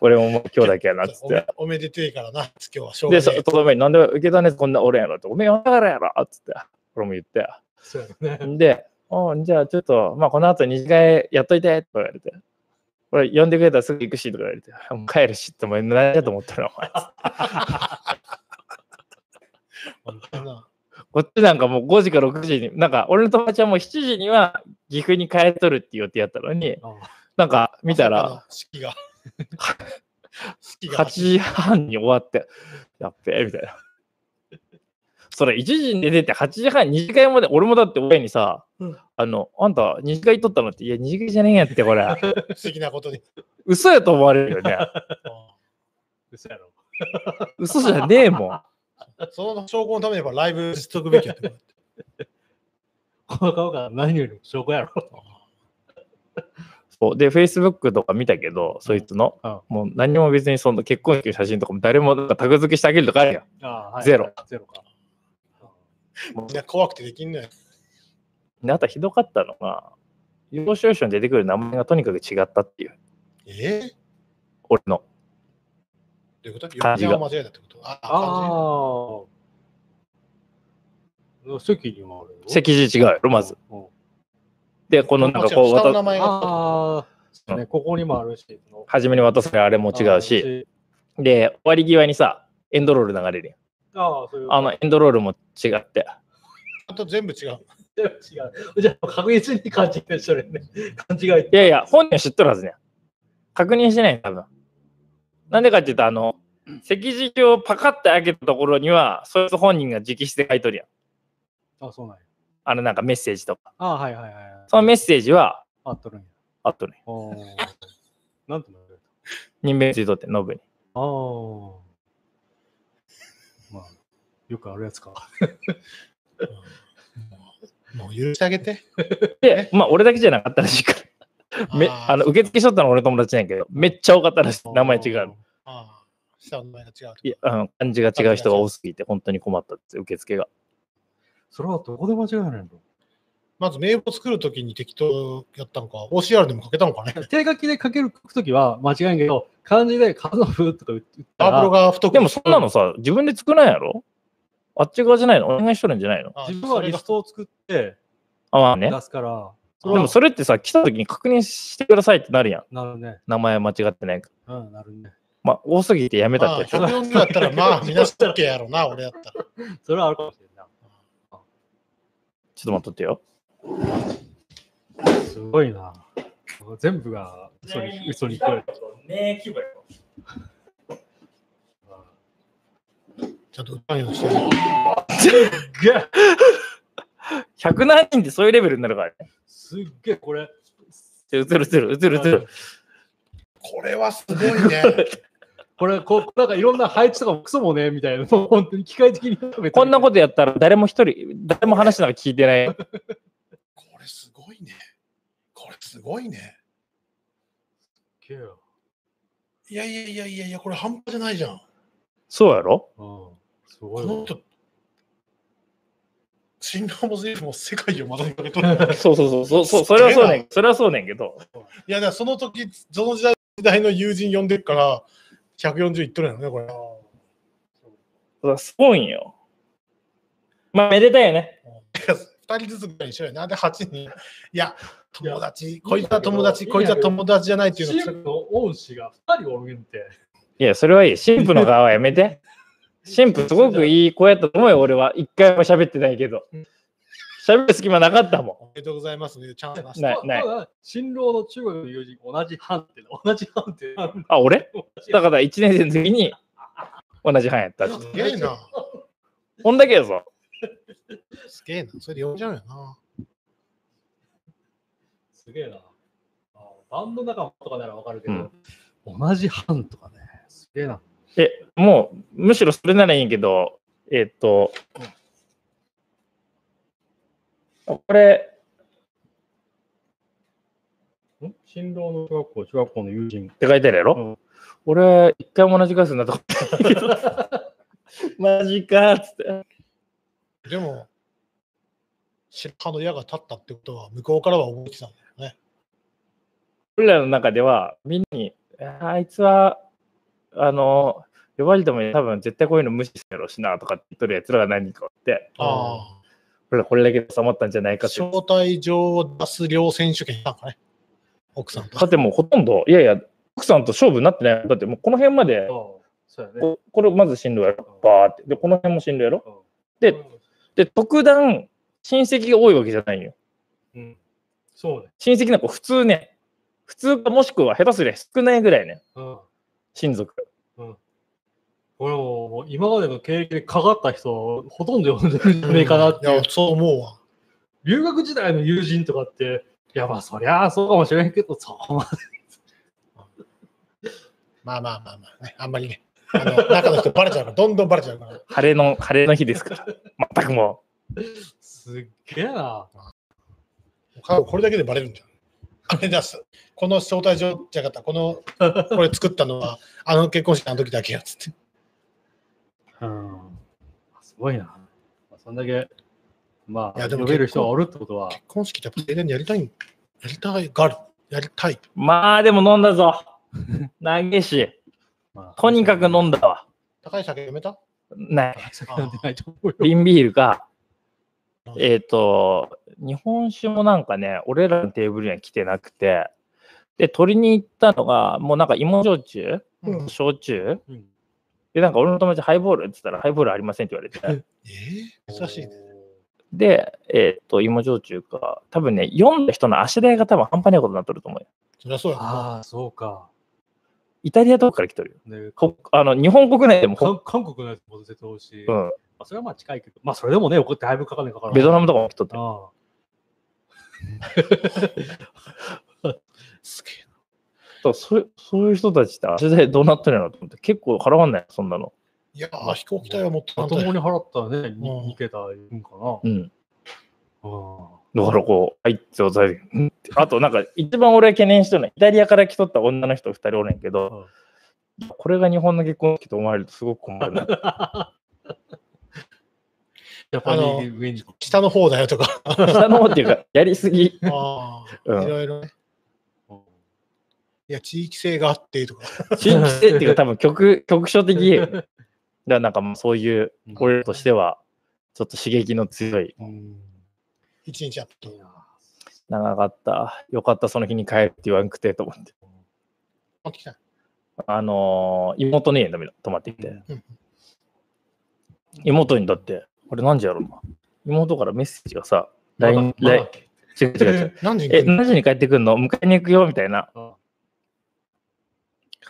Speaker 1: 俺ももう今日だけやな、つっ
Speaker 3: お
Speaker 1: て
Speaker 3: め。おめでてえからな、今日はしょうが
Speaker 1: で、
Speaker 3: ね
Speaker 1: そ
Speaker 3: え
Speaker 1: とどめに、なんで池田のやつこんなおるんやろって、おめえだからやろ、つって。俺も言って。
Speaker 2: そうや
Speaker 1: <laughs>
Speaker 2: ね。
Speaker 1: で、おうじゃあちょっと、まあ、この後二次会やっといて、とか言われて。俺、呼んでくれたらすぐ行くし、とか言われて。もう帰るしって、お前、何だと思ったの、お前。
Speaker 3: 本当にな
Speaker 1: こっちなんかもう5時か6時に、なんか、俺の友達はもう7時には岐阜に帰っとるっていう予定やったのに、
Speaker 2: あ
Speaker 1: なんか、見た
Speaker 3: 朝
Speaker 1: ら、
Speaker 3: の式が。式が
Speaker 1: 8時半に終わって、やっべえ、みたいな。それ、1時に出て、8時半、2次会まで、俺もだって親にさ、
Speaker 3: うん
Speaker 1: あの、あんた、二次会行っとったのって、いや、二次会じゃねえんやって、これ。
Speaker 3: 不思議なことに。
Speaker 1: 嘘やと思われるよね。
Speaker 2: 嘘やろ。
Speaker 1: 嘘じゃねえもん。
Speaker 3: その証拠のためにやっぱライブしとくべきやって。
Speaker 2: この顔が何よりも証拠やろと。
Speaker 1: そうで、Facebook とか見たけど、そいつの、
Speaker 2: うんうん
Speaker 1: もう何も別にその結婚式の写真とかも誰もなんかタグ付けしてあげるとかあるやん。
Speaker 2: ああはい
Speaker 1: ゼロ。
Speaker 2: ゼロか。
Speaker 3: みんな怖くてできんない。
Speaker 1: であとひどかったのが、要所要所に出てくる名前がとにかく違ったっていう、
Speaker 3: えー、ど
Speaker 1: 俺の。
Speaker 3: ういうこと読
Speaker 1: 漢
Speaker 3: み
Speaker 1: 字が
Speaker 3: を間違えたってことあ
Speaker 2: ああ
Speaker 3: あ、漢
Speaker 2: ー。席にもあるよ。
Speaker 1: 席次違うよ、まず。
Speaker 2: うん。
Speaker 1: で、この
Speaker 3: 字
Speaker 1: なんかこう
Speaker 3: 下の
Speaker 1: 渡
Speaker 3: 名、前が。
Speaker 2: ああ、ね、ここにもあるし。その
Speaker 1: 初めに渡されるあれも違うし、。で、終わり際にさ、エンドロール流れるやん。
Speaker 2: ああ、そういう。
Speaker 1: あのエンドロールも違って、
Speaker 3: あと全部違う。
Speaker 2: 違 <laughs> う。じゃあ、確実に勘違いしてるね。 <laughs> 勘違い。
Speaker 1: いやいや、本人は知っとるはずね。確認してないよ多分。なんでかって言うと、あの、席次表をパカッて開けたところには、そいつ本人が直筆で書いとるやん。
Speaker 2: あそうなんや。
Speaker 1: あの、なんかメッセージとか。
Speaker 2: ああ、はいはいはい。
Speaker 1: そのメッセージは、
Speaker 2: あっとるんや。
Speaker 1: あとね、
Speaker 2: おーなんて名前だっ
Speaker 1: 任命ついとって、ノブに。
Speaker 2: たああ。まあ、よくあるやつか。
Speaker 3: もうもう許してあげて。
Speaker 1: で、まあ、俺だけじゃなかったらしいから。め
Speaker 3: あー
Speaker 1: あの受付しとったの俺の友達なんやけど、めっちゃ多かったらしい。名前違う。。
Speaker 3: ああ、下の名前が違う。
Speaker 1: いや、あの漢字が違う人が多すぎて、本当に困ったって、受付が。
Speaker 2: それはどこで間違えないの
Speaker 3: まず名簿作るときに適当やったのか、OCR でも書けたの
Speaker 1: <laughs>
Speaker 3: かね。
Speaker 2: <laughs> 手書きで書けるときは間違えんけど、漢字で数の風とか言った
Speaker 3: アープロ
Speaker 2: ら、
Speaker 3: が太く
Speaker 1: でも、そんなのさ、自分で作らんやろあっち側じゃないのお願いしとるんじゃないの
Speaker 3: あ
Speaker 2: 自分はリストを作って
Speaker 1: あ、まあね。
Speaker 2: 出すから、
Speaker 1: で
Speaker 2: れは
Speaker 1: もそれってさ、来た時に確認してくださいってなるやん。
Speaker 2: なるね。
Speaker 1: 名前間違ってないか。
Speaker 2: うん、なるね。
Speaker 1: まあ、多すぎてやめたってやつ。
Speaker 3: まあ140だったら、まあ、みんな好きやろな、俺やったら。
Speaker 2: それはあるかもしれんな
Speaker 1: ちょっと待っとってよ。
Speaker 2: い。すごいな。全部が嘘に嘘に聞こえる。
Speaker 1: ねえ、規模よ。
Speaker 3: ちゃんと歌うようにしてる。
Speaker 2: すっげえ
Speaker 1: 100何人ってそういうレベルになるからね。
Speaker 2: すっげえこれ。
Speaker 1: で映る映る映る映る。
Speaker 3: これはすごいね。
Speaker 2: これ、こうなんかいろんな配置とかもクソもねみたいな、もう本当に機械的に。
Speaker 1: こんなこととやったら誰も一人、誰も話なんか聞いてない。
Speaker 3: これすごいね。これすごいね。
Speaker 2: すっげえよ
Speaker 3: いやいやいやいやいや、これ半端じゃないじゃん。
Speaker 1: <laughs> そうやろ
Speaker 2: うん、すご
Speaker 3: こ
Speaker 2: いわ
Speaker 3: の人、新郎も随分もう世界をまだにかけとる。
Speaker 1: <laughs> そうそうそうそうそう。それはそうねん。それはそうねんけど。
Speaker 3: いや、だからその時、その時代時代の友人呼んでるから、140いっとるんやろね、こ
Speaker 1: すごいんよ。まあ、めでたいよね。
Speaker 3: れ。2人ずつぐらいにしようよな。で、8人。いや、友達、
Speaker 2: や
Speaker 3: こいつは友達、
Speaker 2: いいんだ
Speaker 3: こ
Speaker 2: け
Speaker 3: いつ
Speaker 2: ど
Speaker 3: は友達じゃないって
Speaker 2: チ
Speaker 3: いうの
Speaker 2: ームの恩師が2人おるんって。
Speaker 1: いや、それはいい。神父の側はやめ <laughs> て。神父すごくいい子やったと思うよ、俺は。一回も喋ってないけど。喋る隙間なかったもん。
Speaker 3: おめでとうございますね。チャンスなし
Speaker 1: ないない
Speaker 2: ただ新郎の中国の友人、同じ班っての、同じ班っての。
Speaker 1: あ、俺
Speaker 2: 同じ
Speaker 1: だから1年生の時に同じ班やった。
Speaker 3: すげえな。
Speaker 1: ほんだけやぞ。
Speaker 3: すげえな。それで呼んじゃうよな。
Speaker 2: すげえな。あバンド仲間とかならわかるけど、同じ班とかね。すげえな。
Speaker 1: え、もう、むしろそれならいいんやけど、えっと、これ、
Speaker 2: ん新郎の中学校、中学校の友人
Speaker 1: っ。て書いてあるやろ、
Speaker 2: うん
Speaker 1: 俺、一回も同じクラスになったことないけど。 <laughs> マジかっつって。
Speaker 3: でも、白羽の矢が立ったってことは、向こうからは思ってたんだよね。
Speaker 1: 俺らの中では、みんなに、ああいつは、あの、呼ばれても多分絶対こういうの無視するやろうしなとかって言っとるやつらが何人かおって、
Speaker 3: あ
Speaker 1: 俺らこれだけで収まったんじゃない
Speaker 3: あ。
Speaker 1: かって
Speaker 3: 招待状を出す両選手権したんかね。奥さんと。
Speaker 1: だってもうほとんど、いやいや、奥さんと勝負になってない。だってもうこの辺まで、
Speaker 2: そうそうやね。
Speaker 1: ここれまず進路やろ。バーって。で、この辺も進路やろ。でで、特段、親戚が多いわけじゃないよ。
Speaker 2: うん、うん。そうね。
Speaker 1: 親戚なんか普通ね、普通かもしくは下手すりゃ少ないぐらいね、
Speaker 2: うん。
Speaker 1: 親族。
Speaker 2: 俺ももう今までの経験でかかった人、ほとんど呼んでるんじゃねえかなって
Speaker 3: い
Speaker 2: いう
Speaker 3: や、そう思うわ。
Speaker 2: 留学時代の友人とかって、いや、まあ、そりゃあそうかもしれんけど、そこまで。
Speaker 3: まあまあまあまあね、あんまりね、あの中の人バレちゃうから、どんどんバレちゃうから。
Speaker 1: 晴れの、晴れの日ですから。全くもう。
Speaker 2: すっげえな。
Speaker 3: 彼はこれだけでバレるんじゃん。あれだす。この招待状じゃなかった。この、これ作ったのは、あの結婚式の時だけやつって。
Speaker 2: うん。すごいな。まあそんだけ、ま
Speaker 3: い
Speaker 2: あ、
Speaker 3: やでも
Speaker 2: 呼べる人がおるってことは、
Speaker 3: 結婚式ってやっぱ盛大にやりたいん、やりたいがある。やりたい。
Speaker 1: まあでも飲んだぞ。投げし。
Speaker 2: まあ
Speaker 1: とにかく飲んだわ。
Speaker 3: 高い酒やめた
Speaker 1: ない。
Speaker 2: 酒飲んでないと思うよ。
Speaker 1: 瓶ビールか、えっ、と、日本酒もなんかね、俺らのテーブルには来てなくて、で、取りに行ったのが、もうなんか芋焼酎
Speaker 3: うん
Speaker 1: 焼酎
Speaker 2: うん
Speaker 1: で、なんか俺の友達ハイボールって言ったら、ハイボールありませんって言われて、
Speaker 3: えー、珍しいね。
Speaker 1: で、えっ、と、芋焼酎か、多分ね、読んだ人の足代が多分半端ないことになっとると思うよ。
Speaker 3: そりゃそうやな。
Speaker 2: ああ、そうか。
Speaker 1: イタリアとかから来とるよ。
Speaker 2: で
Speaker 1: こあの日本国内でもほ、
Speaker 2: 韓韓国のやつも絶対美味しい。
Speaker 1: う
Speaker 2: ま
Speaker 1: ん、
Speaker 2: あ、それはまあ近いけど、まあそれでもね、おだいぶかかんないかから。
Speaker 1: ベトナ
Speaker 2: ム
Speaker 1: ムとかも来とったよ。
Speaker 2: あ
Speaker 3: すげえ
Speaker 1: そうそうそういう人たちって足代どうなっとるのと思って、結構払わんないそんなの。
Speaker 3: いやー、飛行機代はもっと
Speaker 2: あ。ま
Speaker 3: 反
Speaker 2: とも
Speaker 3: 対。
Speaker 2: に払ったらね、
Speaker 3: うん
Speaker 2: に2桁いるんかな。
Speaker 1: うん
Speaker 2: うん。
Speaker 1: だからこう、はいって状態で、うんってあとなんか一番俺懸念してるのは、イタリアから来とった女の人2人おるんやけど、これが日本の結婚式と思われるとすごく困るな。
Speaker 2: ジャパニーズウィンジ
Speaker 3: 北の方だよとか。
Speaker 1: 下の方っていうか、やりすぎ。
Speaker 3: <laughs> あ
Speaker 1: う
Speaker 3: あ、い
Speaker 1: ん。
Speaker 3: ろいろね。いや、地域性があってとか。
Speaker 1: 地域性っていうか多分
Speaker 3: <laughs>
Speaker 1: 局、局所的だからなんかまあそういう、俺らとしては、ちょっと刺激の強い、
Speaker 2: うん。
Speaker 3: 一日あった
Speaker 2: いい。な。
Speaker 1: 長かった、よかった、その日に帰るって言わんくてと思って。
Speaker 3: あってきた。
Speaker 1: あのー妹の家に泊まってきて。
Speaker 3: うん
Speaker 1: 妹にだって、あれ何時やろうな。妹からメッセージがさ、
Speaker 2: まだ
Speaker 1: LINE、
Speaker 2: まだ
Speaker 1: LINE 違う違う違う。
Speaker 3: 何時に
Speaker 1: え、
Speaker 3: 来るの
Speaker 1: 何時に帰ってくるの迎えに行くよみたいな
Speaker 2: あ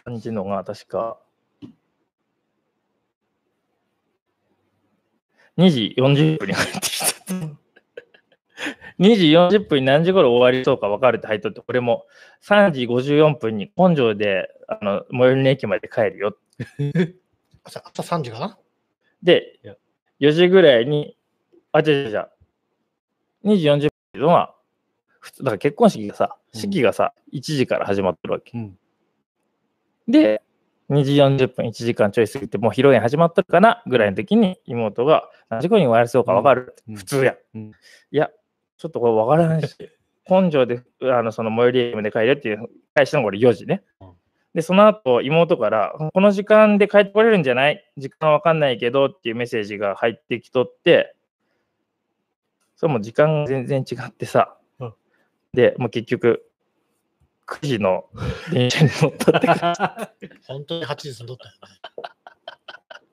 Speaker 1: 感じのが、確か、2時40分に帰ってきた。2時40分に何時頃終わりそうか分かるって入っとって、俺も3時54分に根性であの最寄りの駅まで帰るよ。
Speaker 3: 朝朝3時かな
Speaker 1: で
Speaker 2: いや、
Speaker 1: 4時ぐらいに、あ、違う違う違う、2時40分っていうのは、普通だから結婚式がさ、
Speaker 2: うん
Speaker 1: 式がさ、1時から始まってるわけ。
Speaker 2: うん
Speaker 1: で、2時40分、1時間ちょい過ぎて、もう披露宴始まってるかなぐらいの時に、妹が、何時頃に終わらせようか分かる、
Speaker 2: うん
Speaker 1: 普通や、
Speaker 2: うん
Speaker 1: いや、ちょっとこれ分からないし、根性で、あのその最寄り駅まで帰るよっていう、返したのがこれ4時ね。
Speaker 2: うん
Speaker 1: で、その後、妹から、この時間で帰ってこれるんじゃない時間は分かんないけどっていうメッセージが入ってきとって、それも時間が全然違ってさ、
Speaker 2: うん
Speaker 1: で、もう結局、9時の電車に乗ったっ
Speaker 2: <laughs>
Speaker 1: て感じ
Speaker 3: 本当に8時に撮ったよ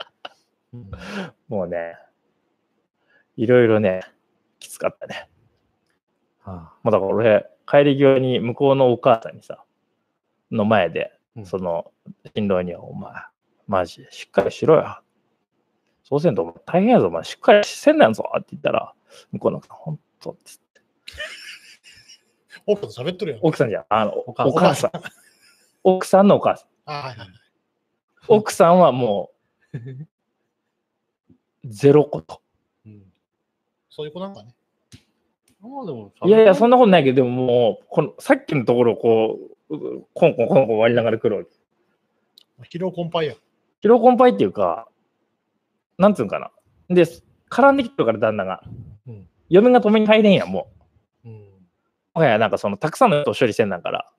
Speaker 3: ね。
Speaker 2: うん
Speaker 1: もうね、いろいろね、きつかったね。
Speaker 2: あ
Speaker 1: もうだから俺、帰り際に向こうのお母さんにさ、の前で、
Speaker 2: うん
Speaker 1: その、新郎には、お前、マジ、しっかりしろよ。そうせんと、お前大変やぞ、お前、しっかりせんなんぞって言ったら、向こうの、ほんと、つって
Speaker 3: 奥さんと喋っとるよね。
Speaker 1: 奥さんじゃん、あの、お
Speaker 2: お母さん
Speaker 1: 母さん。奥さんのお母さん。
Speaker 3: あはいはい。
Speaker 1: 奥さんはも
Speaker 2: <laughs>
Speaker 1: う、ゼロこと。
Speaker 2: うん
Speaker 3: そういう子なんかね。
Speaker 2: まあでも、
Speaker 1: いやいや、そん
Speaker 2: ん
Speaker 1: なことないけど、でももう、この、さっきのところをこう、うコンコンコンコン割りながら来るわけ。
Speaker 3: 疲労困憊や。
Speaker 1: 疲労困憊っていうか、なんつうんかな。で、絡んできてるから、旦那が。
Speaker 2: うん
Speaker 1: 嫁が止めに入れんやん、もう。
Speaker 2: うん
Speaker 1: もはや、なんかその、たくさんの人を処理してんなんから。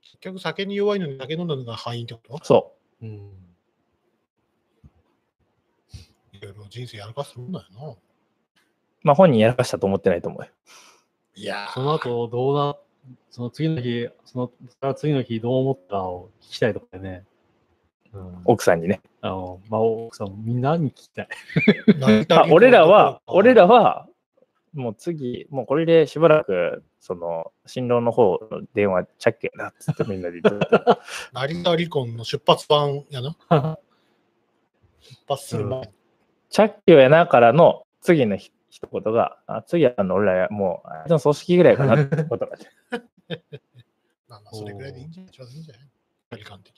Speaker 3: 結局酒に弱いのに酒飲んだのが敗因ってこと
Speaker 1: そ
Speaker 2: うん。
Speaker 3: いろいろ人生やらかすもんだよな。
Speaker 1: う。まあ、本人やらかしたと思ってないと思うよ。
Speaker 3: いや
Speaker 2: その後、どうな、その次の日、そのその次の日どう思ったかを聞きたいとかでね。うん、
Speaker 1: 奥さんにね。
Speaker 2: あの、まあ、奥さん、みんなに聞きたい。 <laughs>
Speaker 1: <laughs> あ俺らは、俺ら
Speaker 3: は。
Speaker 1: は、もう次、もうこれでしばらく、その、新郎の方の電話、チャッケなっつってみんなで言って
Speaker 2: <laughs>
Speaker 1: た
Speaker 3: 成田離婚の出発版やな。出発する前。
Speaker 1: チャッケやなからの次のひ一言が、あ次はあの、俺らもう、あいつの組織ぐらいかなってことがね
Speaker 3: まあまあ、それぐらいでいいんじゃないちょうどいいんじゃない距離感的。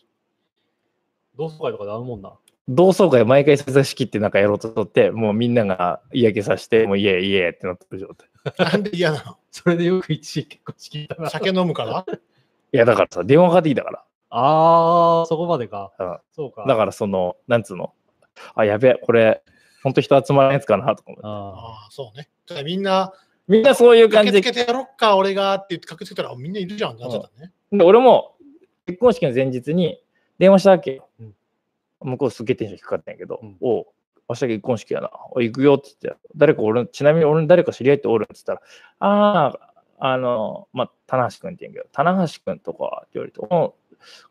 Speaker 2: 同窓会とかであるもんな。
Speaker 1: 同窓会毎回差し切ってなんかやろうととって、もうみんなが嫌気させて、もうイエイイエイってなってる状態。
Speaker 3: なんで嫌な
Speaker 2: それでよく一位結婚式だ
Speaker 3: の
Speaker 2: な。
Speaker 3: 酒飲むから
Speaker 1: いや、だからさ、電話かかってきたか
Speaker 2: ああ、そこまでか。
Speaker 1: ら。うん
Speaker 2: そうか。
Speaker 1: だからその、なんつうの。あ、やべえ、これ、ほんと人集まらないやつかなとか思って。
Speaker 2: あ
Speaker 3: ああ、そうね。だからみんな、
Speaker 1: みんなそういう感じ
Speaker 3: 駆け
Speaker 1: で
Speaker 3: つけてやろっか、俺がって言って駆けつけたら、あみんないるじゃんってなっちゃったね。
Speaker 1: で俺も結婚式の前日に電話したわけよ、
Speaker 2: うん
Speaker 1: 向こうすっげえテンション低かったんやけど、
Speaker 2: うん
Speaker 1: おう明日結婚式やな。おい行くよって言って、誰か俺の、ちなみに俺の誰か知り合いっておるって言ったら、ああ、あの、まあ、棚橋君って言うんやけど、棚橋君とかって言われて、うん、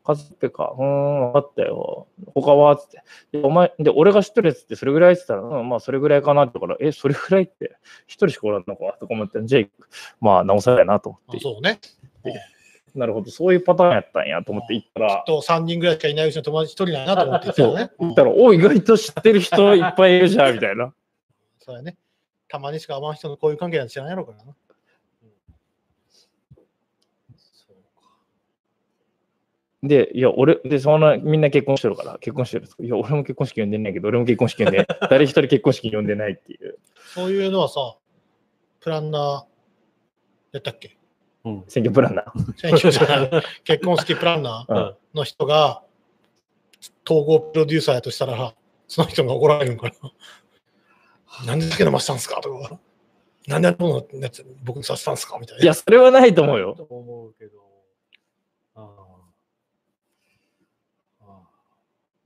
Speaker 1: かつてか、うーん、分かったよ。他はつって。で、お前、で、俺が知ってるやつってそれぐらいって言ったら、うん、まあ、それぐらいかなって言うから、え、それぐらいって、一人しかおらんのかとか思って、じゃあ、まあ、なおさらやなと思っ
Speaker 3: あ
Speaker 1: て。
Speaker 3: そうね。
Speaker 1: なるほど、そういうパターンやったんやと思って行った
Speaker 3: きっ
Speaker 1: ら、
Speaker 3: と3人ぐらいしかいないうちの友達1人だなと思って言って
Speaker 1: そ
Speaker 3: たよね
Speaker 1: う。、行ったら、お、意外と知ってる人いっぱいいるじゃん、みたいな。
Speaker 3: そうやね。たまにしか会わん人のこういう関係なんて知らないやろうからな。
Speaker 1: で、いや、俺、で、そんな、みんな結婚してるから、結婚してるんですかいや、俺も結婚式呼んでないけど、俺も結婚式呼んで、誰一人結婚式呼んでないっていう、
Speaker 3: そういうのはさ、プランナーやったっけ
Speaker 2: あ。うん。
Speaker 1: 選挙プランナー。
Speaker 3: 選挙じゃない結婚式プランナ
Speaker 1: うん
Speaker 3: ーの人が統合プロデューサーやとしたら、その人が怒られるんかな。なんで酒飲ませたんすかとか。なんであのやつ僕にさせたんすかみたいな。
Speaker 1: いや、それはないと思うよ。
Speaker 2: と思うけど。ああ。ああ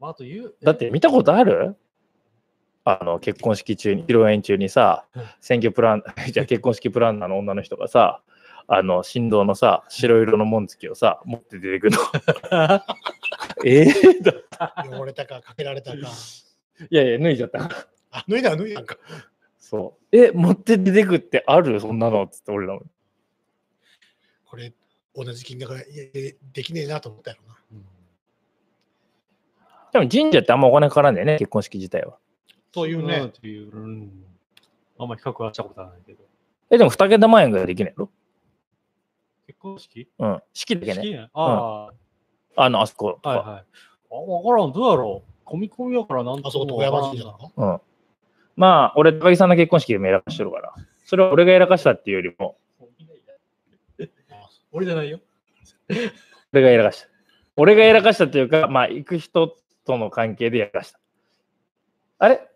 Speaker 2: まあ、あと言う。
Speaker 1: だって、見たことあるあの、結婚式中に、披露宴中にさ
Speaker 2: うん、
Speaker 1: 選挙プラン、 <laughs> じゃあ結婚式プランナーの女の人がさ、あの、振動のさ、白色の紋付きをさ、持って出てくるの。えー
Speaker 3: 汚れたか、かけられたか。
Speaker 1: いやいや、脱いじゃった。
Speaker 3: あ、脱いだら脱いだんか。
Speaker 1: そう。え、持って出てくってあるそんなのっつって俺らも。
Speaker 3: これ、同じ金額がいやいやできねえなと思ったよな。
Speaker 2: うん
Speaker 1: でも神社ってあんまお金かからんだよね、結婚式自体は。
Speaker 3: そういうね
Speaker 2: んという、うん。あんま比較はしたことはないけど。
Speaker 1: え、でも2桁万円ぐらいできないの
Speaker 2: 結婚式
Speaker 1: うん。式だけね。
Speaker 2: 式ね。あ
Speaker 1: あの、あそこ。
Speaker 2: あ、はいはい。あ、わからん。どうやろう。込み込みやからなん
Speaker 3: あそ
Speaker 2: と
Speaker 3: こ、
Speaker 2: も
Speaker 3: 富
Speaker 2: わから
Speaker 3: 山
Speaker 2: ん <laughs>
Speaker 3: 神社なの
Speaker 1: うん。まあ、俺、高木さんの結婚式でもやらかしてるから。それは俺がやらかしたっていうよりも、
Speaker 2: 俺じゃない
Speaker 3: <laughs>
Speaker 2: よ。
Speaker 1: 俺がやらかした。俺がやらかしたっていうか、まあ、行く人との関係でやらかした。あれ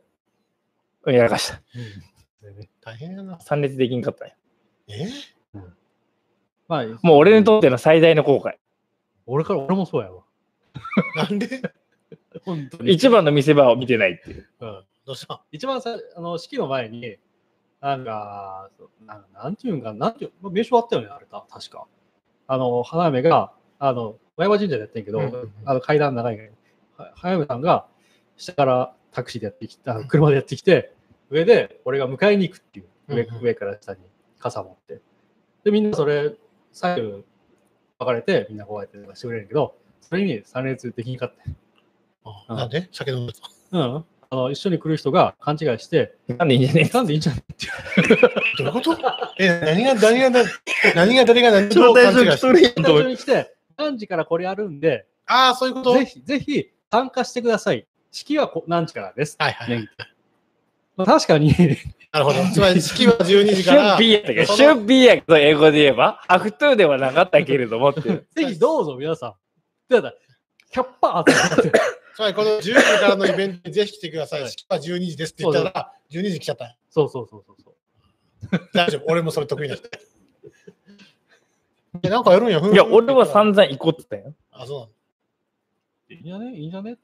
Speaker 1: うんやらかした。
Speaker 3: 大変やな。
Speaker 1: 参列できんかったね。
Speaker 3: え
Speaker 2: まあ、
Speaker 1: もう俺にとっての最大の後悔。
Speaker 2: 俺から、俺もそうやわ。
Speaker 3: なんで
Speaker 2: 本当に。
Speaker 1: 一番の見せ場を見てないっていう。
Speaker 2: うん
Speaker 3: どうした
Speaker 2: 一番さ、あの、式の前に、なんか、そうなんなんていうんか、なんていう、まあ名称あったよね、あれた、確か。あの、花嫁が、あの、小山神社でやってんけど、
Speaker 3: うんうんうん
Speaker 2: あの階段長いから、は花嫁さんが、下からタクシーでやってきた、あの車でやってきて、上で俺が迎えに行くっていう、上,、
Speaker 3: うんうん
Speaker 2: 上から下に傘持って。で、みんなそれ、左右分かれて、みんなこうやってしてくれるんやけど、それに参列できんかった。
Speaker 3: あなんで酒飲むと。
Speaker 2: うん。あの、一緒に来る人が勘違いして、
Speaker 1: なんでいいんじゃねえ
Speaker 2: なんでいいんじゃない
Speaker 3: どういうことえ、何が、何が、何が、誰が何
Speaker 1: 招
Speaker 3: と
Speaker 1: 待
Speaker 3: 勘
Speaker 1: 状
Speaker 3: 違い
Speaker 1: 来
Speaker 3: して
Speaker 1: とるやん
Speaker 2: ス
Speaker 1: と
Speaker 2: タジ
Speaker 1: 思
Speaker 2: オ
Speaker 1: って。
Speaker 2: に来て、何時からこれやるんで、
Speaker 3: ああ、そういうことは
Speaker 2: ぜ
Speaker 3: い
Speaker 2: ひ、ぜひ参加してください。式はこ何時からです。
Speaker 3: はいはい。
Speaker 2: まあ、確か <laughs> に、
Speaker 3: なるほど。つまり、式は12時
Speaker 1: <laughs> シ
Speaker 3: か
Speaker 1: ュ
Speaker 3: ら
Speaker 1: ッ、ピーやったけど、シュッピーやけど、英語で言えば、アフトゥーではなかったけれどもっていう。 <laughs>
Speaker 2: ぜひどうぞ皆さん。だから、100%パーって。
Speaker 3: つまり、この10時からのイベントにぜひ来てくださ。
Speaker 2: はいい
Speaker 3: 式は12時ですって言ったら、12時来ちゃった。
Speaker 2: そうそうそうそうそう。
Speaker 3: 大丈夫。俺もそれ得意な人。 <laughs> え、なんかやるんや。ふんふん
Speaker 1: いや、俺は散。々行こうって言ったよ。
Speaker 3: あ、そうなの。
Speaker 2: いいんじゃねいいんじゃねっ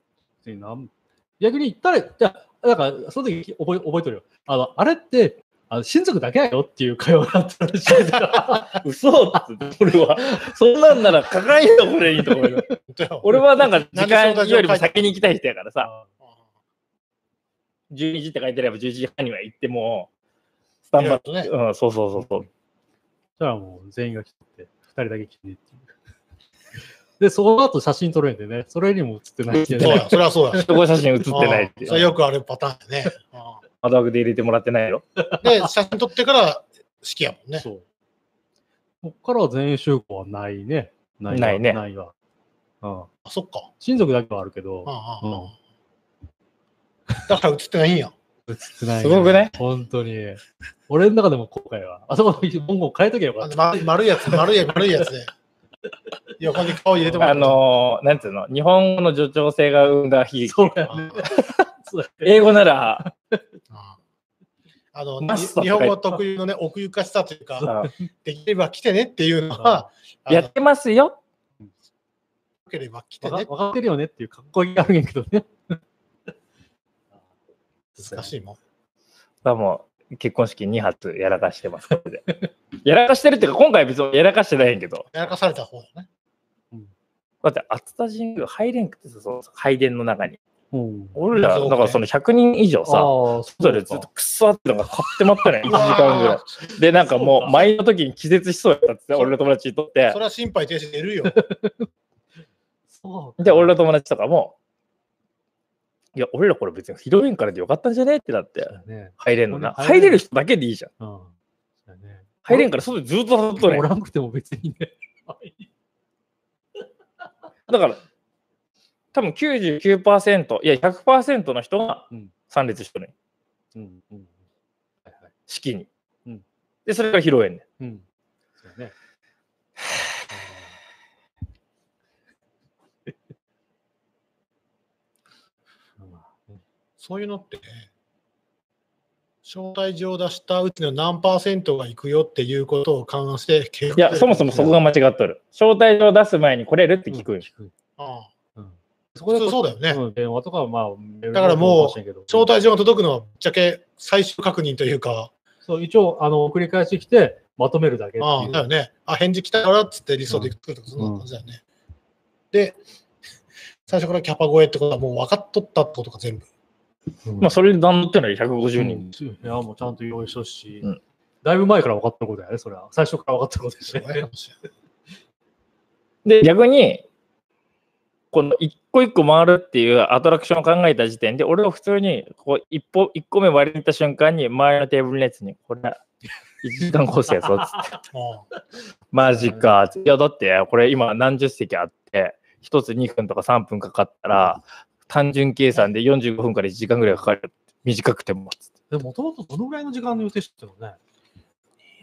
Speaker 2: てなん逆に言ったら、じゃあだから、その時覚え覚えとるよ。あの、あれって、あの親族だけやよっていう会話があったらしいんだ <laughs> よ
Speaker 1: 嘘ってって、俺は。そんなんならかかんよ、これにと思うよ
Speaker 3: 本当よ
Speaker 1: <laughs> 俺はなんか、時間よりも先に行きたい人やからさ、12時って書いてれば11時半には行っても、スタン
Speaker 3: い
Speaker 1: バ
Speaker 3: ろいろ
Speaker 1: イ。
Speaker 3: とね
Speaker 1: うん、そうそうそうそう。
Speaker 2: そしたらもう全員が来てて、2人だけ来てっていう。で、その後写真撮れんでね、それにも写ってないってい
Speaker 3: そう
Speaker 2: ね
Speaker 3: や、それはそうや。
Speaker 1: 人合写真写ってないってい
Speaker 3: うんそれ
Speaker 1: う。
Speaker 3: よくあるパターンやね。
Speaker 1: 窓枠で入れてもらってないよ。
Speaker 3: で、写真撮ってから式やもんね。
Speaker 2: そう。こっからは全員集合はないね。なわ
Speaker 1: ないね
Speaker 2: ないわ。うん。
Speaker 3: あ、そっか。
Speaker 2: 親族だけはあるけど、
Speaker 3: ああ
Speaker 2: う
Speaker 3: あ
Speaker 2: ん
Speaker 3: あだから映ってないんや。
Speaker 2: 映ってない、
Speaker 1: すごくね。
Speaker 2: 本当に。俺の中でも後悔は。 <laughs> あそこの文言変えとけばよか
Speaker 3: あ
Speaker 2: っ
Speaker 3: のま丸いやつ、丸い、丸いやつで。横に顔入れてもら
Speaker 1: あ
Speaker 3: って
Speaker 1: のーなんつうの、日本語の助長性が生んだ悲
Speaker 2: た。
Speaker 1: 劇。
Speaker 2: <laughs> そうや
Speaker 3: あ
Speaker 2: ね。
Speaker 3: ー
Speaker 2: そうやね
Speaker 1: 英語な <laughs> ら、
Speaker 3: ああの、
Speaker 1: マ
Speaker 3: に
Speaker 1: スター
Speaker 3: 日本語特有のね、奥ゆかしさという
Speaker 1: う
Speaker 3: か、
Speaker 1: ん
Speaker 3: できれば来てねっていうのは、あの
Speaker 1: やってますよ。
Speaker 3: よければ来て
Speaker 2: わ
Speaker 3: ね
Speaker 2: か。わかってるよねっていうかっこいいあるんやけどね。
Speaker 3: 難しいもん。
Speaker 1: だもう結婚式2発やらかしてます。これで <laughs> やらかしてるっていうか、今回別にやらかしてないんやけど、
Speaker 3: やらかされた方だね。
Speaker 1: だって熱田神宮入れんくてさ、その拝殿の中に。
Speaker 2: うん。
Speaker 1: 俺ら、
Speaker 3: そう
Speaker 1: だか
Speaker 3: ね
Speaker 1: らその100人以上
Speaker 2: ああ、
Speaker 1: さ、
Speaker 2: そ
Speaker 1: それずっとくっそーってのが買ってまったね、1時間ぐら
Speaker 3: う
Speaker 1: い。で、なんかも
Speaker 2: そう
Speaker 1: う
Speaker 2: か
Speaker 1: 前の時に気絶しそうやったっつって、俺の友達にとっ
Speaker 3: わー
Speaker 1: て
Speaker 3: そ、れは心肺停止でいるよ。
Speaker 2: そうか
Speaker 1: で、俺の友達とかも、いや、俺らこれ別に披露宴からでよかったんじゃねってなって
Speaker 2: そう、だね。
Speaker 1: 入れんのな。
Speaker 2: 入れん
Speaker 1: 入れる人だけでいいじゃん。
Speaker 2: うん。そうだね
Speaker 1: 入れんから外でずっと立っとる
Speaker 2: お
Speaker 1: やん
Speaker 2: らんくても別にね。
Speaker 1: だから、多分99%、いや100%の人が
Speaker 2: うん
Speaker 1: 参列してるね、
Speaker 2: うん。うん。はいはい。
Speaker 1: 式に
Speaker 2: うん。
Speaker 1: で、それから披露宴ね。
Speaker 2: うん。そうだね。うんまあね
Speaker 3: そういうのってね、招待状を出したうちの何パーセントが行くよっていうことを勘案して、計画
Speaker 1: い
Speaker 2: <laughs>
Speaker 1: や、そもそもそこが間違っとる。招待状を出す前に来れるって聞くん
Speaker 2: うん
Speaker 1: よ
Speaker 2: 聞く。
Speaker 3: あ
Speaker 2: うんそ
Speaker 3: あ普通そうだよね。
Speaker 2: うん電話とかはまあ、メール
Speaker 3: だからもう
Speaker 2: かしれんけど
Speaker 3: 招待状が届くのはぶっちゃけ最終確認というか、
Speaker 2: そう、一応、あの、繰り返してきて、まとめるだけっていう
Speaker 3: ああだよね。あ、返事来たからっつって理想で作るとか、そんな感じだよね。で、最初からキャパ超えってことはもう分かっとったってことか、全部。
Speaker 2: うん
Speaker 1: まあ、それで段取ってのは150人。
Speaker 2: うんいや、もうちゃんと用意しとるし、
Speaker 1: うん
Speaker 2: だいぶ前から分かったことやね、それは。最初から分かったことです
Speaker 3: す
Speaker 2: ね
Speaker 3: ご。い話や
Speaker 1: で、逆に、この一個一個回るっていうアトラクションを考えた時点で、俺は普通にこう一歩、一個目割りに行った瞬間に、周りのテーブルのやつに、これ、1時間コースやぞっつって <laughs>
Speaker 3: ああ
Speaker 1: マジか。いや、だって、これ今何十席あって、一つ2分とか3分かかったら、単純計算で45分から1時間ぐらいかかる。短くても。つって
Speaker 2: でもともとどのぐらいの時間の予定してたのね。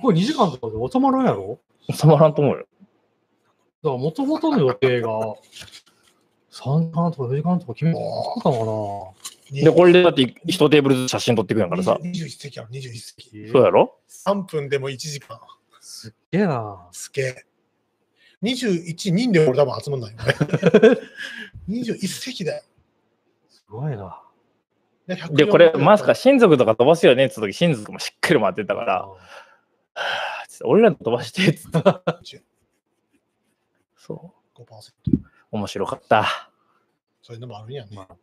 Speaker 2: これ2時間とかで収まるんやろ
Speaker 1: 収まらんと思うよ。
Speaker 2: だからもともとの予定が3時間とか4時間とか決めてたのか
Speaker 1: で、これでだって一テーブルずつ写真撮っていくんやからさ。
Speaker 3: 21席ある、21席。
Speaker 2: な
Speaker 1: そうやろ
Speaker 3: 3分でも1時間。
Speaker 2: すっげえな。
Speaker 3: すげえ。21人で俺多分集まんないよね。21席だよ。
Speaker 2: すごいな。
Speaker 3: ね140
Speaker 1: で、これ、まさか親族とか飛ばすよねっつった時、親族もしっかり回ってたから、あつって俺らの飛ばしてっつって。そう。
Speaker 3: 5%。
Speaker 1: 面白かった。
Speaker 3: そういうのもあるんやね。
Speaker 2: まあ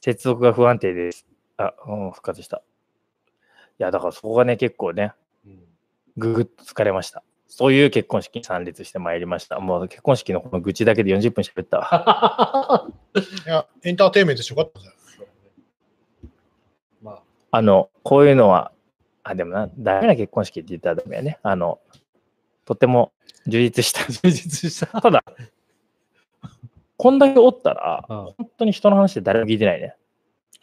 Speaker 1: 接続が不安定です。あ、うん、復活した。いや、だからそこがね、結構ね、
Speaker 2: うん
Speaker 1: ぐぐっと疲れました。そういう結婚式に参列してまいりました。もう結婚式のこの愚痴だけで40分喋ったわ。 <laughs>
Speaker 3: いや、エンターテインメントしてよかったんじゃない
Speaker 2: まあ、
Speaker 1: あの、こういうのは、あ、でもな、ダメな結婚式って言ったらダメやね。あの、とても充実した。
Speaker 2: <laughs> 充実した。
Speaker 1: ただ、こんだけおったら、
Speaker 2: うん
Speaker 1: 本当に人の話で誰も聞いてないね。だか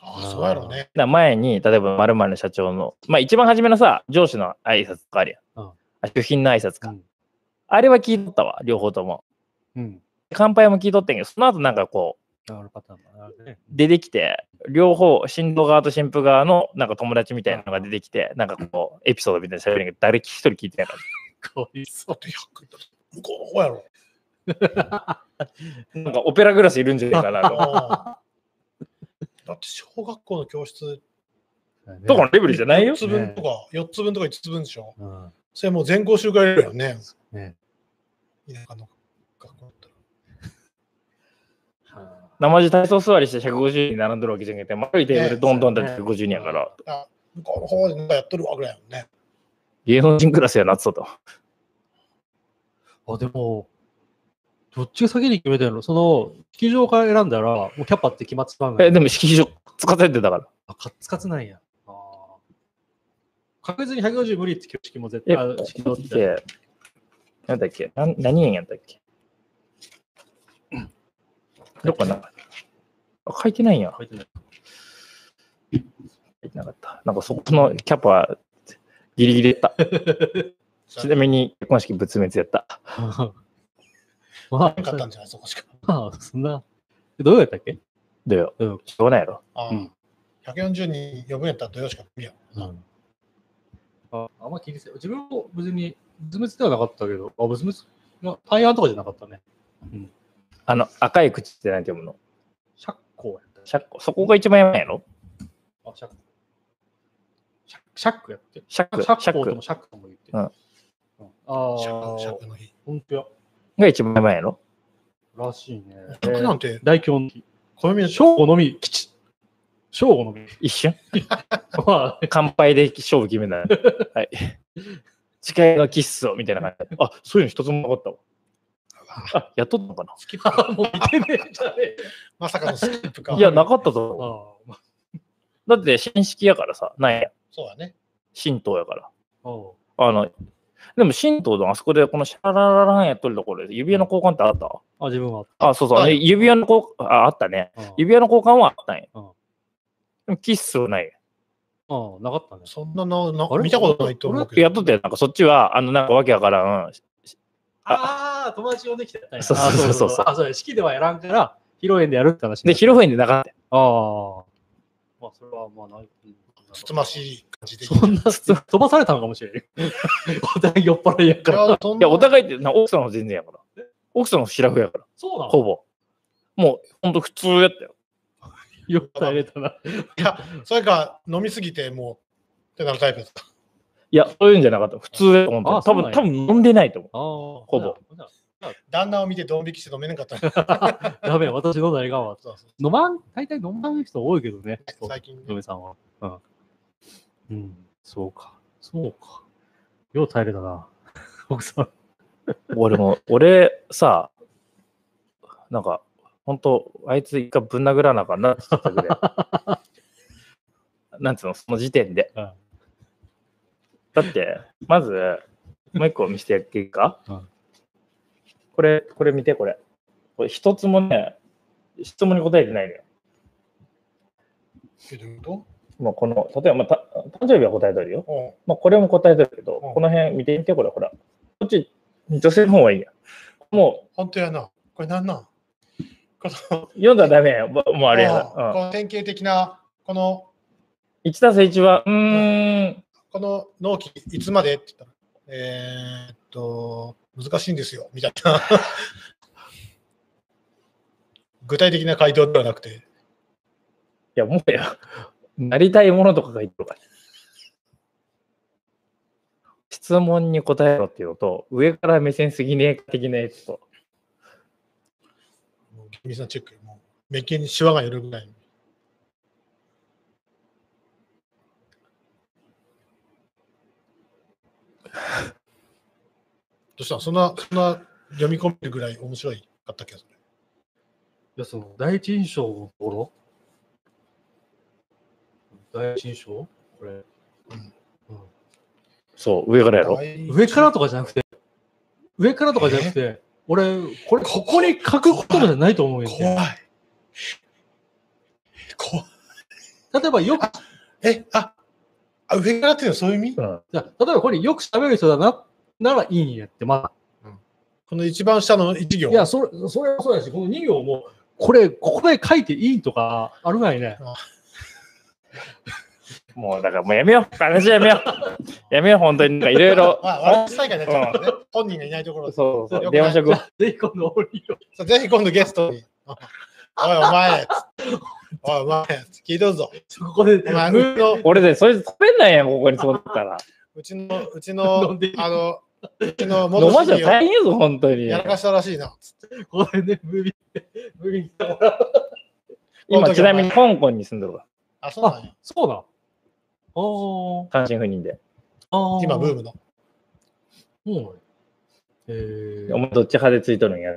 Speaker 3: ああ、そうやろうね。
Speaker 1: ら前に、例えば、〇〇の社長の、まあ一番初めのさ、上司の挨拶とかあるやん。
Speaker 2: うん
Speaker 1: あ主品の挨拶か。
Speaker 2: うん
Speaker 1: あれは聞いとったわ、両方とも。
Speaker 2: うん。
Speaker 1: 乾杯も聞いとったんやけど、その後なんかこう、
Speaker 2: なるパターンだなね。
Speaker 1: 出てきて、両方、新郎側と新婦側のなんか友達みたいなのが出てきて、なんかこう、エピソードみたいなの喋るんやけど、誰一人聞いてないかっ
Speaker 2: かわいい。
Speaker 3: だって100向こうの方やろ。
Speaker 1: たなんかオペラグラスいるんじゃないかな <laughs> と。
Speaker 3: ああだって小学校の教室、
Speaker 1: とかのレベルじゃないよ
Speaker 3: 4。つ分とか、4つ分とか5つ分でしょ。
Speaker 2: うん。
Speaker 3: それもう全校集会やるよね。
Speaker 2: ね。
Speaker 3: 田舎の学校だったら。
Speaker 1: 生地体操座りして150人並んでるわけじゃなくて、丸いテーブルどんどんだって150人やから、
Speaker 3: あ向こうの方でなんかやっとるわぐらいやもんね。
Speaker 1: 芸能人クラスやなってたと。
Speaker 2: あ、でも、どっちが先に決めてるのその、球場から選んだら、もうキャパって決まってたんだ
Speaker 1: え、でも式場使っててたから。
Speaker 2: あ、カッツカツなんや。あー確実に150無理って挙式も絶
Speaker 1: え、
Speaker 2: 対、
Speaker 1: こ
Speaker 2: あ
Speaker 1: こ
Speaker 2: 式場っ。
Speaker 1: ってて、なんだっけなん何円やったっけどっかなあ書いてないんや。
Speaker 2: 書いてない。
Speaker 1: 書いてなかった。なんかそこのキャパはギリギリやった。ちなみに結婚式仏滅やった。
Speaker 2: まあ、
Speaker 3: なかったんじゃないそこしか。
Speaker 2: まあ、そんな。どうやったっけ
Speaker 1: どうよ。
Speaker 2: うん。
Speaker 1: しょうがないやろ。
Speaker 3: ああ
Speaker 2: うん
Speaker 3: 140人呼ぶんやったら土曜しか無理やん。
Speaker 2: うんああんま気にせ自分も別に、仏滅ではなかったけど、あ、仏滅、まあ、対案とかじゃなかったね。
Speaker 1: あの、赤い口って何て読むの
Speaker 2: 釈光やった
Speaker 1: シャッコそこが一番やばいやろ
Speaker 2: あ、シャック。シャックシャックやって。
Speaker 1: シャッ
Speaker 2: シャ
Speaker 1: ク、シャッ
Speaker 2: ックと
Speaker 1: ク
Speaker 2: もシャックとも言って。
Speaker 1: うん
Speaker 2: ああ
Speaker 3: 尺
Speaker 2: ー、
Speaker 3: 尺の日。
Speaker 2: ほんとや。
Speaker 1: が一番やばいやろ
Speaker 2: らしいね。
Speaker 3: 尺なんて、
Speaker 2: 大凶の日。
Speaker 3: 暦の
Speaker 2: 正午のみ、吉。正午のみ。
Speaker 1: 一瞬
Speaker 2: <laughs> まあ、
Speaker 1: 乾杯で勝負決めたよ。はい。誓いのキッスをみたいな感じで。あ、そういうの一つもなかったわ。あ、やっとったのかな
Speaker 3: スキップ。
Speaker 2: もう見てねえじゃねえ。
Speaker 3: まさかのスキップか。
Speaker 1: いや、なかった
Speaker 2: あ
Speaker 1: ぞ。
Speaker 2: ーまあ、
Speaker 1: だって、新式やからさ、なんや、
Speaker 3: そうだね。
Speaker 1: 神道やから。
Speaker 2: あー
Speaker 1: あの、でも神道のあそこでこのシャララランやっとるところで指輪の交換ってあった
Speaker 2: あ、自分は。
Speaker 1: あ、そうそう、
Speaker 3: はい
Speaker 1: ね指輪の交換、あ、あったね。
Speaker 2: あー
Speaker 1: 指輪の交換はあったんや。
Speaker 2: う
Speaker 1: で
Speaker 2: ん
Speaker 1: もキッスはないよ。
Speaker 2: あー、なかったね。
Speaker 3: そんなのな
Speaker 2: あれ
Speaker 3: 見たことないと思うけど。
Speaker 1: やっとったよ。なんかそっちは、あの、なんかわけわからん。
Speaker 2: ああー、友達呼んできてやったんや
Speaker 1: そうそうそうそう
Speaker 2: あーそうや式ではやらんから、披露宴でやるって話にな
Speaker 1: で、
Speaker 2: った。
Speaker 1: 披露宴でなかったよ。
Speaker 2: ああ。まあ、それはまあない。
Speaker 3: つつましい感じで。
Speaker 2: そんな、飛ばされたのかもしれん。お互い酔っ払いやから。
Speaker 3: や、そん
Speaker 1: いや、お
Speaker 3: な
Speaker 1: 互いって、な奥さんは全然やから。奥さんはシラフやから、
Speaker 2: そうな
Speaker 1: ほ
Speaker 2: の
Speaker 1: ぼ。もう、ほんと普通やったよ。
Speaker 2: 酔っ払れたな。
Speaker 3: それか、飲みすぎて、もう、ってなるタイプだった。
Speaker 1: いや、そういうんじゃなかった。普通やと思う。
Speaker 2: あ
Speaker 1: 多
Speaker 2: そうな
Speaker 1: 分、
Speaker 2: んや
Speaker 1: 多分飲んでないと思う。
Speaker 2: ああ。ほ
Speaker 1: ぼ。
Speaker 2: <laughs>
Speaker 3: 旦那を見てドン引きして飲めなかった。
Speaker 2: ダメ、私飲んだらいかんわ。
Speaker 3: そうそう
Speaker 2: 飲まん、大体飲まん人多いけどね。
Speaker 3: 最近ね、
Speaker 2: 嫁さんは。うん。うん。そうか。そうか。よう耐えれたな。奥さん。
Speaker 1: 俺も、俺さ、なんか、ほんと、あいつ一回ぶん殴らなあかんなって言ってたぐらい。
Speaker 2: <laughs>
Speaker 1: なんつうの、その時点で。
Speaker 2: うん
Speaker 1: だって、まず、もう一個見せてやっていいか、
Speaker 2: うん
Speaker 1: これ、これ見て、これ。これ一つもね、質問に答えてないのよ。
Speaker 3: けど
Speaker 1: まあ、この、例えば、まあ、た誕生日は答えとるよ。
Speaker 3: うん
Speaker 1: まあ、これも答えとるけど、
Speaker 3: うん
Speaker 1: この辺見てみて、これ、ほら。こっち、女性の方がいいや。も
Speaker 3: 本当やな。これなんなんこの
Speaker 1: う、読んだらダメや。もうもうあれや
Speaker 3: うん
Speaker 1: な。
Speaker 3: この典型的な、この、
Speaker 1: うん、1たす1は、うーん、
Speaker 3: この納期、いつまでって言ったら、えーっと、難しいんですよ、みたいな。具体的な回答ではなくて、
Speaker 1: いや、もうや、 <laughs> なりたいものとかが言ってるから。質問に答えろっていうのと、上から目線すぎねえか的なやつと、
Speaker 3: もう厳密なチェック、もう、目金にシワが寄るぐらい。どうしたそんな、そんな読み込めるぐらい面白いかったっけど、
Speaker 2: いや、その、第一印象のところ第一印象これ。
Speaker 1: そう、上からやろ。
Speaker 2: 上からとかじゃなくて、上からとかじゃなくて、俺、これ、ここに書くことじゃないと思うよ、
Speaker 3: 怖い。怖い。
Speaker 2: 例えば、よく、
Speaker 3: え、あ、あ上からっていうのはそういう意味
Speaker 1: うん、
Speaker 2: じゃあ例えばこれ、よく喋る人だな、ならいいんやって、ま
Speaker 3: この一番下の一
Speaker 2: あ。
Speaker 3: 行。
Speaker 2: いや、それ、それはそうだし、この2行も、これ、ここで書いていいとか、あるないね。
Speaker 1: もうだからもうやめよう。話やめよう。や <laughs> めよう、本当に。なんかいろいろ。
Speaker 3: まあ、悪口大会になっちゃうからね。本人がいないところで。
Speaker 1: <laughs> そうそうそう。
Speaker 3: よくない
Speaker 1: <laughs> 電話しとくわ。
Speaker 2: ぜひ、この俺によ。
Speaker 3: さあぜひ今度ゲストに。おい、お前。おい、お前。聞いとるぞ。
Speaker 2: そこで、
Speaker 3: お前、
Speaker 2: ム
Speaker 3: う
Speaker 2: ー
Speaker 3: ちの、
Speaker 1: 俺で、そいつ食べんないやん、ここに座ったら。
Speaker 3: うちの、うち
Speaker 2: 飲ん
Speaker 3: の
Speaker 2: でいい、
Speaker 3: あの、うちの
Speaker 1: 飲ま
Speaker 3: 元
Speaker 1: しゃ
Speaker 3: 主人を
Speaker 1: 大変やぞ、本当に
Speaker 3: や。らかしたらしいな。
Speaker 2: これね、ムービー、ムービー、
Speaker 1: 今、ちなみに香港に住んでるわ。
Speaker 3: あ、そうなんや。
Speaker 2: そうだ。あ
Speaker 1: 単身赴任で。
Speaker 2: あ。
Speaker 3: 今、ブームの。
Speaker 2: そうなんやえ
Speaker 1: お前、どっち派でついとるんや。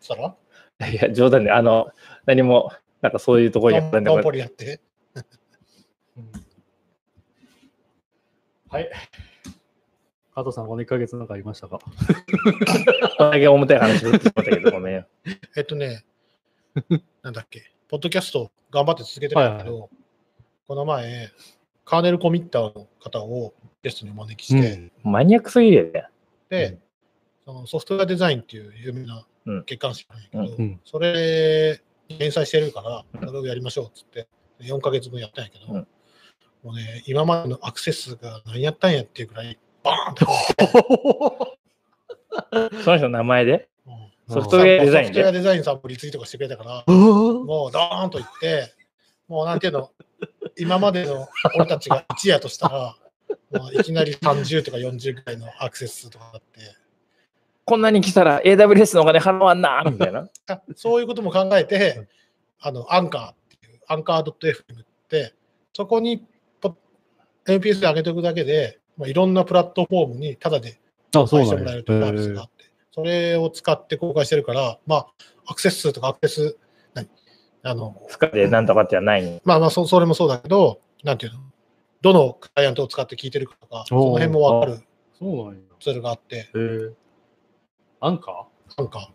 Speaker 3: そしたら
Speaker 1: いや、冗談で、あの、何も、なんかそういうところにやった
Speaker 3: ド
Speaker 1: ん
Speaker 3: ン
Speaker 1: だ
Speaker 3: ドン
Speaker 1: か
Speaker 3: ポ
Speaker 1: ら。
Speaker 3: リやって。
Speaker 2: ー、はい。加藤さん、この1ヶ月なんかありましたか
Speaker 1: こんだけ重たい話ぶってしまったけど、ごめんよ。 <laughs>
Speaker 3: えっとね、なんだっけ、ポッドキャスト頑張って続けてるんだけど、この前、カーネルコミッターの方をゲストにお招きして、
Speaker 2: うん
Speaker 1: マニアックすぎるよね。
Speaker 3: で、そのソフトウェアデザインっていう有名な
Speaker 1: うん
Speaker 3: 月刊誌なんやけど、
Speaker 1: うん
Speaker 2: うん
Speaker 3: それ連載してるから、
Speaker 1: うん
Speaker 3: それをやりましょうっつって、4ヶ月分やったんやけど、
Speaker 1: うん
Speaker 3: もうね、今までのアクセス数が何やったんやっていうくらい、バー
Speaker 1: <laughs>
Speaker 3: ンって、
Speaker 1: その人の名前で、
Speaker 3: うん
Speaker 1: ソフトウェアデザイン
Speaker 3: ソフトウェア
Speaker 1: で。
Speaker 3: デザインさんもリツイートとかしてくれた
Speaker 1: <laughs>
Speaker 3: から、もうドーンといって、もうなんていうの、今までの俺たちが1やとしたら、もういきなり30とか40ぐらいのアクセス数とかあって、
Speaker 1: こんなに来たら AWS のお金払わんなみたいな。
Speaker 3: あそういうことも考えて、あの、アンカーっていう、アンカー .fm って、そこにポ NPS で上げておくだけで、まあ、いろんなプラットフォームにタダで
Speaker 2: あ、そ
Speaker 3: 公
Speaker 2: う
Speaker 3: 開して
Speaker 2: な
Speaker 3: も
Speaker 2: んや
Speaker 3: らえ
Speaker 2: へ
Speaker 3: るというサービスがあって、それを使って公開してるから、まあ、アクセス数とかアクセス、何あの、
Speaker 1: スカでなんとかってはない。
Speaker 3: まあまあそ、それもそうだけど、なんていうの、どのクライアントを使って聞いてるかとか、その辺もわかる
Speaker 2: ーそうなんや。
Speaker 3: ツールがあって、
Speaker 2: へーアンカ
Speaker 3: なんか、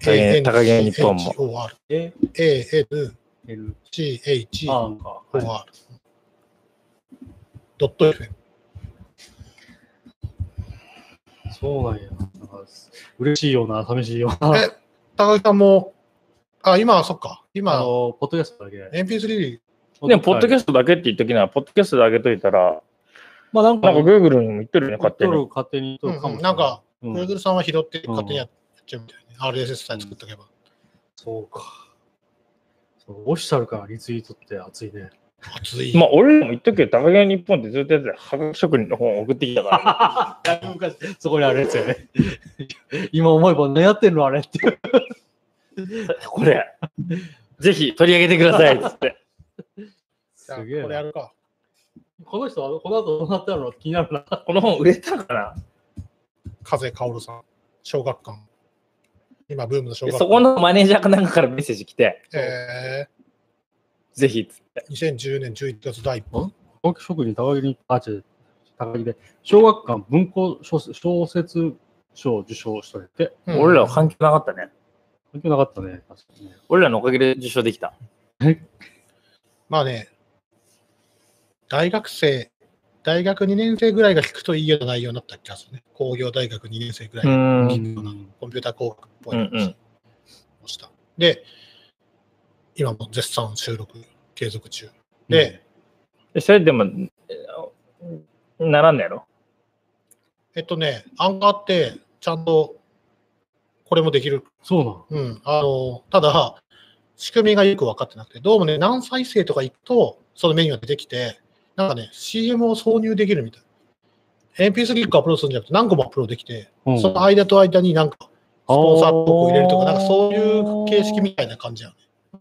Speaker 1: 高木高木日本も
Speaker 3: ANCHOR
Speaker 2: ーえ
Speaker 3: ANCHOR。
Speaker 2: L アンカー。はい
Speaker 3: ドット FM。
Speaker 2: そうなんや。なんか嬉しいような、寂しいような。
Speaker 3: え、高木さんも、あ、今はそっか。
Speaker 2: あ
Speaker 3: 今、
Speaker 2: の、ポッドキャストだけ。
Speaker 3: MP3、
Speaker 1: でも、ポッドキャ
Speaker 2: ス
Speaker 1: ストだけって言っときなら、ポッドキャストで上げといたら、
Speaker 2: ト。まあ、なんか、
Speaker 1: なんか Google にも言ってるよね、勝手
Speaker 2: 撮
Speaker 1: に
Speaker 2: る。勝手に撮
Speaker 3: うん
Speaker 2: るかも
Speaker 3: うんなんか、
Speaker 2: うん
Speaker 3: Google さんは拾って勝手にやっちゃうみたいな、ね。RSS さえ作っとけば。
Speaker 2: そうか。そうオフィシャルからリツイートって熱いね。
Speaker 3: 熱
Speaker 1: <laughs>
Speaker 3: い。
Speaker 1: まあ、俺らも言っとくけど、高木日本ってずっとやってたはがき職人の本を送ってきたから、
Speaker 2: だいぶ昔、そこにあるやつやね。 <laughs> 今思えば何やってんのあれって。
Speaker 1: これ、ぜひ取り上げてくださいっつって。
Speaker 3: じゃあ
Speaker 2: すげえ
Speaker 3: これや
Speaker 2: な。
Speaker 3: るか。
Speaker 2: この人はこの後どうなったの気になるな。
Speaker 1: この本売れたかな
Speaker 3: 風薫さん、小学館。今、ブームの小
Speaker 1: で
Speaker 3: 学館。
Speaker 1: そこのマネージャーかなんかからメッセージ来て、
Speaker 3: え
Speaker 1: ぜひっつって。
Speaker 3: ー、2010年11月第1本。
Speaker 2: 高木職人、高木に、あ、違う、高木で、小学館文庫小説小説賞を受賞したれて、
Speaker 3: うん
Speaker 1: 俺らは反響なかったね。
Speaker 2: 関係なかったね。確かにね
Speaker 1: 俺らのおかげで受賞できた。
Speaker 3: まあね、大学生、大学2年生ぐらいが聞くといいような内容になった気がするね。工業大学2年生ぐらい、
Speaker 1: んうん
Speaker 2: うん
Speaker 3: コンピューター工学っぽ
Speaker 1: う
Speaker 3: い話
Speaker 1: ん。
Speaker 3: をした。で、今も絶賛収録継続中。で、
Speaker 1: でそれでも、えならんのやろ
Speaker 3: えっとね、アンカーってちゃんとこれもできる。
Speaker 2: そうなの。
Speaker 3: うん。あの、ただ、仕組みがよく分かってなくて、どうもね、何再生とか行くと、そのメニューが出てきて、なんかね、CM を挿入できるみたい。MP3 ックアップロードするんじゃなくて、何個もアップロードできて、
Speaker 2: うん
Speaker 3: その間と間になんか、スポンサーっぽく入れるとか、
Speaker 2: あ
Speaker 3: な
Speaker 2: ー
Speaker 3: んかそういう形式みたいな感じやね。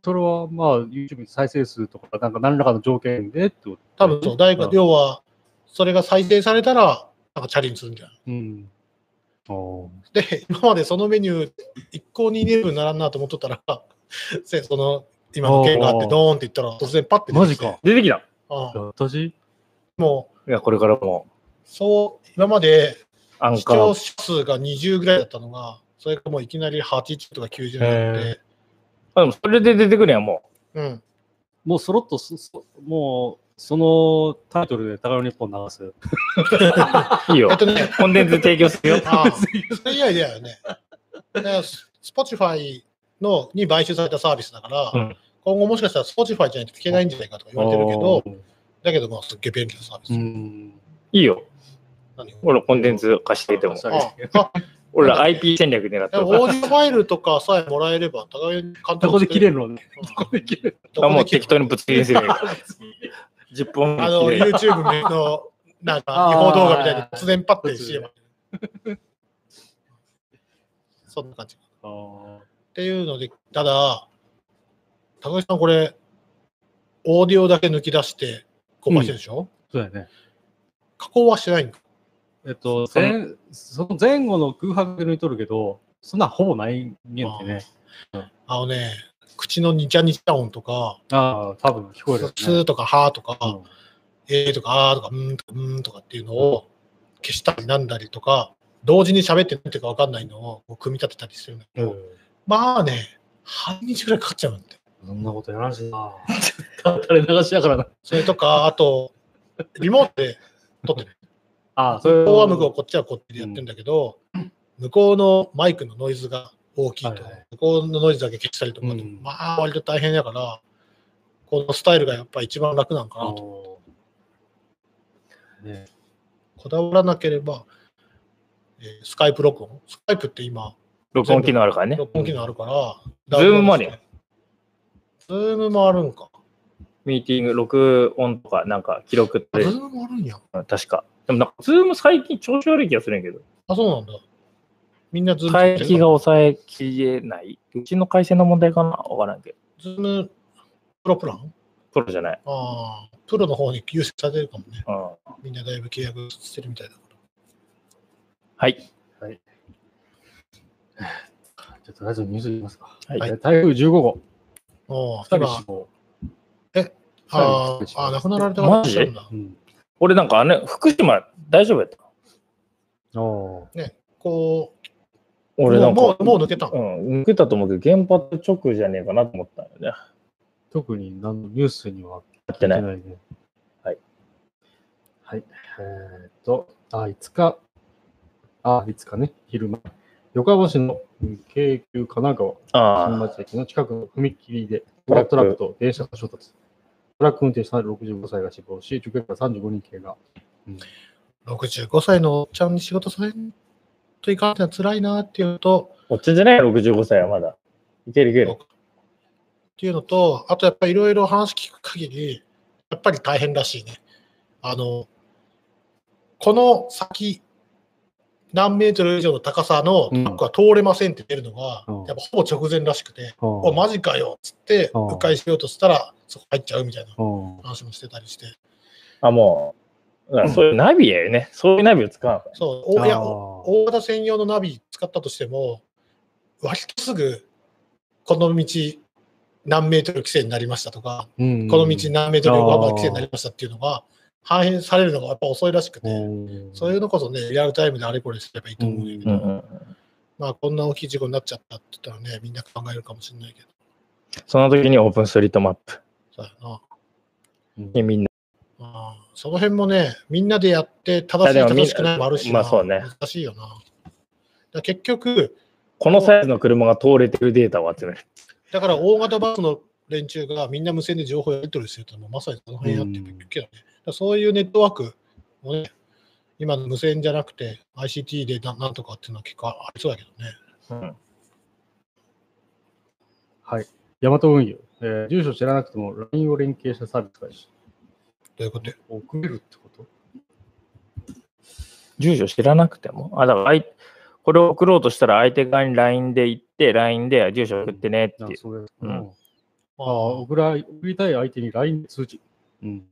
Speaker 2: それは、まあ、YouTube 再生数とか、なんか何らかの条件でってこと
Speaker 3: 多分そう、大学、要は、それが再生されたら、なんかチャレンジするんじゃない
Speaker 2: うん。おー
Speaker 3: で、 <laughs> 今までそのメニュー、一向にイレブンならんなと思っとったら、 <laughs> せその、今の件があって、
Speaker 2: おー
Speaker 3: ドーンって言ったら、突然パッて出
Speaker 2: マ
Speaker 3: て
Speaker 2: ジ
Speaker 3: きて。
Speaker 2: か。
Speaker 1: 出てきた
Speaker 3: うん
Speaker 2: 私
Speaker 3: もう、
Speaker 1: いや、これからも、
Speaker 3: そう、今まで
Speaker 1: アン
Speaker 3: 視
Speaker 1: カ
Speaker 3: 聴
Speaker 1: ー。
Speaker 3: 者数が20ぐらいだったのが、それがもういきなり80とか90になって、
Speaker 1: あでもそれで出てくるんやん、も
Speaker 3: うん。
Speaker 2: もうそろっとそ、そもう、そのタイトルで高野日本流す。
Speaker 1: う。いいよ
Speaker 3: えっ。とね、
Speaker 1: コンテンツ提供す
Speaker 3: <laughs>
Speaker 1: るよ。
Speaker 3: ああ、そういうアイデアよね。だからス Spotify のに買収されたサービスだから、
Speaker 1: うん
Speaker 3: 今後もしかしたら Spotify じゃないと聞けないんじゃないかとか言われてるけど、
Speaker 2: おー、
Speaker 3: だけどまあすっげえ便利なサービス。
Speaker 2: うん。
Speaker 1: いいよ。
Speaker 3: 何を
Speaker 1: 俺らコンテンツ貸してあげても。
Speaker 3: ああ
Speaker 1: 俺ら IP 戦略狙って
Speaker 3: で
Speaker 1: る
Speaker 3: も
Speaker 1: から。
Speaker 3: オーディオファイルとかさえもらえれば、互いに簡
Speaker 2: ど
Speaker 3: 単
Speaker 2: こで切れ
Speaker 3: る。
Speaker 2: るのね。
Speaker 3: うん
Speaker 2: <laughs> どこで切れる
Speaker 3: ど
Speaker 1: あ
Speaker 3: こ
Speaker 1: も
Speaker 3: で
Speaker 1: う
Speaker 3: 切れる
Speaker 1: 適当にぶつ切りにするよ。10本
Speaker 3: あの、
Speaker 1: 目切れる
Speaker 3: YouTube の、なんか、
Speaker 2: あー
Speaker 3: 違法動画みたいに突然パッて CM。そんな感じ。っ
Speaker 2: あー
Speaker 3: ていうので、ただ、高木さん、これ、オーディオだけ抜き出して公開してるでしょ、
Speaker 2: そうだよね。
Speaker 3: 加工はしてないんだ。
Speaker 2: えっと、
Speaker 1: その
Speaker 2: 前その前後の空白で抜いとるけど、そんなんほぼないんやんてね。
Speaker 3: あのね、口のニチャニチャ音とか、
Speaker 2: ああ、多分聞こえるよ
Speaker 3: 普
Speaker 2: ね。
Speaker 3: 通とか、はーとか、
Speaker 2: うん
Speaker 3: えーとか、あーとか、うーんとか、うーんとかっていうのを消したりなんだりとか、同時に喋ってるっていうか分かんないのをこう組み立てたりするんだけど、
Speaker 2: うん
Speaker 3: まあね、半日ぐらいかかっちゃうんだって。
Speaker 2: そんなことやらんし <laughs> な。垂れ流しやからな。
Speaker 3: それとか、あと、リモートで撮ってる。
Speaker 2: ああ、そ
Speaker 3: 向
Speaker 2: れ
Speaker 3: こうは向こう、こっちはこっちでやってるんだけど、向こうのマイクのノイズが大きいと、
Speaker 2: はいはい
Speaker 3: 向こうのノイズだけ消したりとか、
Speaker 2: うん
Speaker 3: まあ、割と大変だから、このスタイルがやっぱ一番楽なんかなと。
Speaker 2: あーね
Speaker 3: こだわらなければ、えースカイプ録音。スカイプって今、
Speaker 1: 録音機能あるからね。
Speaker 3: 録音機能あるから、
Speaker 1: ズームもあるよ
Speaker 3: ズームもあるんか。
Speaker 1: ミーティング、録音とか、なんか記録っ
Speaker 3: あズ
Speaker 1: て、
Speaker 3: ームもあるんや。
Speaker 1: 確か。でもなんか、ズーム最近調子悪い気がするんやけど、
Speaker 3: あ、そうなんだ。みんなズーム
Speaker 1: 回
Speaker 3: 使って
Speaker 1: 帰
Speaker 3: る
Speaker 1: が
Speaker 3: か
Speaker 1: 抑えきれない。うちの回線の問題かなわからんけど。
Speaker 3: ズームプロプラン
Speaker 1: プロじゃない。
Speaker 3: ああ、プロの方に優先されるかもね。
Speaker 1: うん。
Speaker 3: みんなだいぶ契約してるみたいだから。
Speaker 1: はい。
Speaker 2: じゃあ、とりあえずニュースいきますか。
Speaker 1: はい
Speaker 2: えー台風15号、
Speaker 3: おお、
Speaker 2: 2人
Speaker 3: 今
Speaker 2: 死亡。
Speaker 3: あーあー、亡くなられた方いらっしゃるんだ
Speaker 2: う。ん。
Speaker 1: 俺なんかあれ、福島大丈夫やった
Speaker 2: おー
Speaker 3: こう、
Speaker 1: 俺なんか。
Speaker 3: もうもうもう抜けたの
Speaker 1: うん、抜けたと思うけど、原発直じゃねえかなと思ったんだよね。
Speaker 2: 特に何のニュースには
Speaker 1: やってない。
Speaker 2: ないね。
Speaker 1: はい。
Speaker 2: はい。えーっと、あ、5日、あ、5日ね、昼間、横浜市の京急神奈川新
Speaker 1: ああ。
Speaker 2: 町駅の近くの踏切で、トラックと電車が衝突。トラック運転手65歳が死亡し、乗客ら35人系が。
Speaker 3: 65歳のおっちゃんに仕事されんといかんってのは辛いなっていうと、
Speaker 1: おっちゃんじゃない ?65 歳はまだ。いけるいける。
Speaker 3: っていうのと、あとやっぱりいろいろ話聞く限り、やっぱり大変らしいね。あの、この先、何メートル以上の高さのトラックは通れませんって出るのが、
Speaker 2: うん
Speaker 3: やっぱほぼ直前らしくて、お
Speaker 2: お
Speaker 3: マジかよっつって、
Speaker 2: うん
Speaker 3: 迂回しようとしたら、そこ入っちゃうみたいな
Speaker 2: お
Speaker 3: 話もしてたりして、
Speaker 1: あ、もう。だからそういうナビやよね。そういうナビを使うの。
Speaker 3: そう、おいや、
Speaker 2: あー
Speaker 3: お大型専用のナビ使ったとしても、割とすぐ、この道何メートル規制になりましたとか、
Speaker 2: うん
Speaker 3: この道何メートル横幅規制になりましたっていうのが、反映されるのがやっぱ遅いらしくて、
Speaker 2: うん
Speaker 3: そういうのこそね、リアルタイムであれこれすればいいと思うんだけ
Speaker 1: うんう
Speaker 3: ど、
Speaker 1: ん。
Speaker 3: まあ、こんな大きい事故になっちゃったって言ったらね、みんな考えるかもしれないけど、
Speaker 1: その時にオープンストリートマップ
Speaker 3: そうやな。
Speaker 1: にみんな。
Speaker 3: ああその辺もね、みんなでやって、正し
Speaker 1: い
Speaker 3: い
Speaker 1: やでもみん
Speaker 3: 正しくないもあるしな、
Speaker 1: まあそうね
Speaker 3: 難しいよな。だから結局、
Speaker 1: このサイズの車が通れてるデータを集める。
Speaker 3: だから大型バスの連中がみんな無線で情報やり取りしてるってのもまさにその辺やってるけどね。だからそういうネットワークもね、今の無線じゃなくて ICT でななんとかっていうのは結構ありそうだけどね。
Speaker 1: うん。
Speaker 2: はい。ヤマト運輸、えー住所知らなくても LINE を連携したサービス開始。
Speaker 3: どういうことよ
Speaker 2: 送れるってこと
Speaker 1: 住所知らなくても。あ、だから相手、これを送ろうとしたら相手側に LINE で行って、LINE で住所送ってねって
Speaker 2: あ
Speaker 1: いう。
Speaker 2: それ、
Speaker 1: うん
Speaker 2: ああ、送らい送りたい相手に LINE 通知。うん。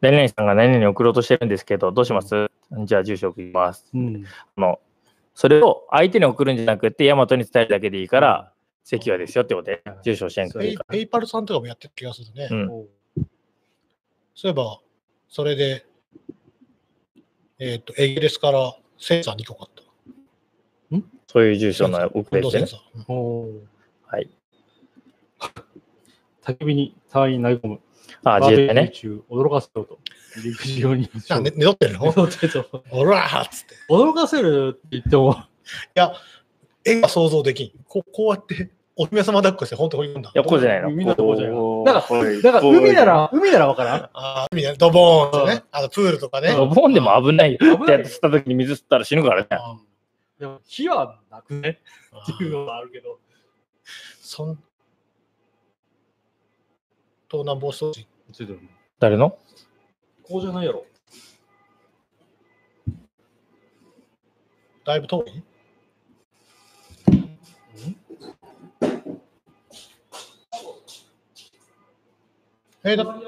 Speaker 1: 何々さんが何々送ろうとしてるんですけど、どうしますじゃあ住所送ります。
Speaker 2: うん。
Speaker 1: あの、それを相手に送るんじゃなくて、ヤマトに伝えるだけでいいから、関はですよってことで
Speaker 2: はい、
Speaker 1: 住所教えんと
Speaker 2: そう
Speaker 1: い
Speaker 3: ペ
Speaker 1: い
Speaker 3: イ
Speaker 1: か
Speaker 3: ペイパルさんとかもやってる気がするね。
Speaker 1: ら。うん。
Speaker 2: お
Speaker 3: そういえば、それで、えっ、と、エギレスからセンサー2個買った。
Speaker 1: そういう住所の送れ
Speaker 3: 運動
Speaker 1: て
Speaker 3: セ
Speaker 1: ね
Speaker 3: ン。サー。うん
Speaker 2: おー。
Speaker 1: はい。
Speaker 2: 焚き火に隊員投げ込む。
Speaker 1: あ、自衛隊
Speaker 2: バーベ
Speaker 1: ね。
Speaker 2: キュー中、驚かせようと。陸上に。
Speaker 3: あ、ね、寝取ってるのおらーっつって。い
Speaker 2: 驚かせるって言っても、
Speaker 3: や、絵が想像できん。こうこうやって、お姫様抱っこして、本当に掘り込んだ
Speaker 1: い。や、こうじゃないの。
Speaker 2: みんなこうじゃない
Speaker 1: こう
Speaker 2: だから
Speaker 1: こう
Speaker 2: だから
Speaker 1: こう
Speaker 2: 海なら、海ならわからん。
Speaker 3: ああ、みたいな、ドボーンってね。あの、プールとかね。
Speaker 1: お盆でも危ないよ。
Speaker 2: 危ない
Speaker 1: ってやって吸った時に水吸ったら死ぬからね。
Speaker 3: あ
Speaker 2: でも火はなくね
Speaker 3: あ
Speaker 2: っていうのはあるけど。
Speaker 3: そん盗難防止措置。
Speaker 2: ちょっと
Speaker 1: 誰の
Speaker 2: こうじゃないやろ。
Speaker 3: だいぶ遠いえーだ
Speaker 1: 消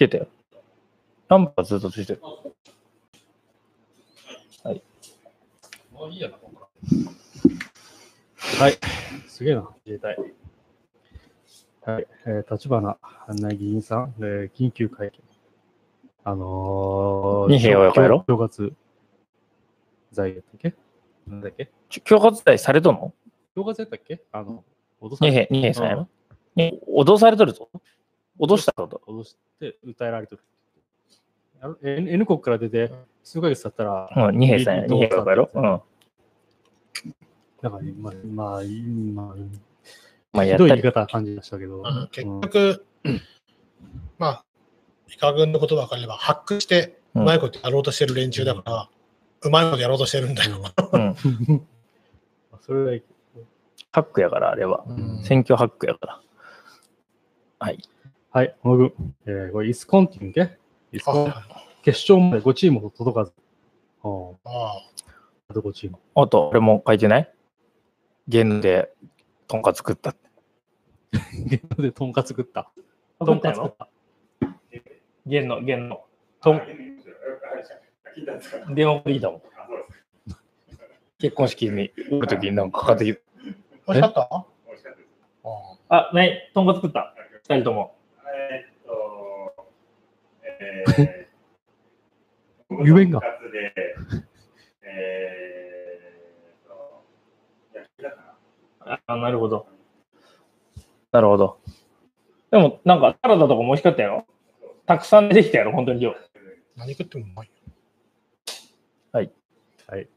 Speaker 1: えたよ。ランプはずっとついてる。
Speaker 2: まあいいやな、はい。すげえな、自衛隊。はい。えー、立花案内議員さん、えー、緊急会見。あのー、
Speaker 1: 二平和横やろ
Speaker 2: 正月、財源だっけなんだっけ
Speaker 1: ちょ恐喝罪されとんの
Speaker 2: 動画やったっけあの、脅さ
Speaker 1: 二
Speaker 2: れ
Speaker 1: 兵、二兵さんやろに脅されとるぞ。脅したぞと。
Speaker 2: 脅して、訴えられてる。あの N, N 国から出て、数ヶ月経ったら、
Speaker 1: うん、二兵さんや。
Speaker 2: 二
Speaker 1: 二
Speaker 2: 兵
Speaker 1: 兵
Speaker 2: さ
Speaker 1: さ
Speaker 2: ん
Speaker 1: んやろうん。
Speaker 2: なんか、まあ、まあ、まあ、
Speaker 1: まあ、
Speaker 2: ひ
Speaker 1: やっ
Speaker 2: どい
Speaker 1: たり。
Speaker 2: 言い方感じましたけど、
Speaker 3: うん結
Speaker 2: うん
Speaker 3: 局、まあ、イカ軍のことばかりれば、ハックして、
Speaker 1: う
Speaker 3: う
Speaker 1: ん
Speaker 3: まいことやろうとしてる連中だから、うまいことやろうとしてるんだよ。
Speaker 1: うん。
Speaker 2: <laughs> それは
Speaker 1: ハックやから、あれは。
Speaker 3: うん
Speaker 1: 選挙ハックやから。
Speaker 2: はい、小野君、えー、これ、イスコンティンけイス
Speaker 3: あ
Speaker 2: コン決勝まで5チームほど届かず、うん
Speaker 3: あ
Speaker 2: あと5チーム。
Speaker 1: あと、俺も書いてないゲンで、とんかつ食ったって。
Speaker 2: ゲームでとんかつ食った。
Speaker 1: とんかつ
Speaker 2: と
Speaker 1: 食
Speaker 2: ん
Speaker 1: っ
Speaker 2: か
Speaker 1: ゲンの、ゲンの。とん、
Speaker 4: 聞いたんですか
Speaker 1: 電話リーダーもん。
Speaker 4: あそうです
Speaker 1: 結婚式に、おるときになんかかかってきて。
Speaker 3: 美味しかったあ
Speaker 4: 美味しかったです
Speaker 1: あ、
Speaker 3: あ
Speaker 1: ない、とんかつ食った。二人とも。
Speaker 4: えーっと、えー
Speaker 2: ゆえんが
Speaker 4: 僕の部活で、えーっと、野球だか
Speaker 1: あ、なるほど。なるほど。でも、なんか、サラダとかも美味しかったやろたくさんできたやろ、本当によ。
Speaker 3: 何食ってもうまいよ。
Speaker 2: つはい。あり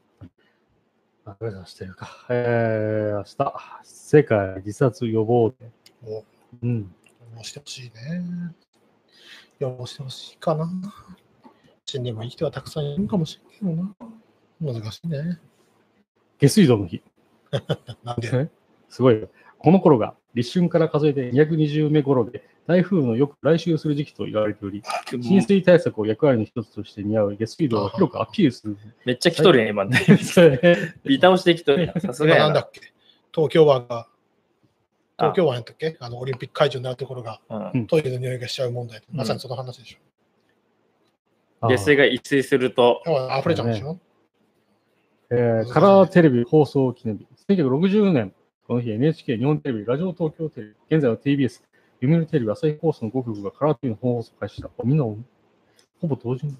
Speaker 2: がとうございました。かえー、明日、世界自殺予防デー
Speaker 3: お。
Speaker 2: うん。
Speaker 3: もうしてほしいね。いや、もうしてほしいかな。死んでも生きてはたくさんいるかもしれんけどな。難しいね。
Speaker 2: 下水道の日。
Speaker 3: なんで、
Speaker 2: すごいよ。この頃が立春から数えて220目頃で、台風のよく来襲する時期と言われており、浸水対策を役割の一つとして似合う下水道を広くアピール <laughs> する。
Speaker 1: めっちゃ来とるやん、今ね。
Speaker 2: <laughs>
Speaker 1: ビタ押してきと <laughs> るやん。さす
Speaker 3: 今
Speaker 1: がや
Speaker 3: なんだ
Speaker 1: な。
Speaker 3: っけ東京湾が、
Speaker 1: あ
Speaker 3: 東京湾やったっけあの、オリンピック会場になるところが、
Speaker 1: うん
Speaker 3: トイレの匂いがしちゃう問題。まさにその話でしょ。
Speaker 1: 下水が一水すると、
Speaker 3: 要は溢れちゃうんでしょ、
Speaker 2: えーカラーテレビ放送記念日。1960年、この日 NHK、日本テレビ、ラジオ東京テレビ、現在の TBS、読売テレビ、朝日放送の5局がカラーテレビの放送を開始した。みんな、ほぼ同時に。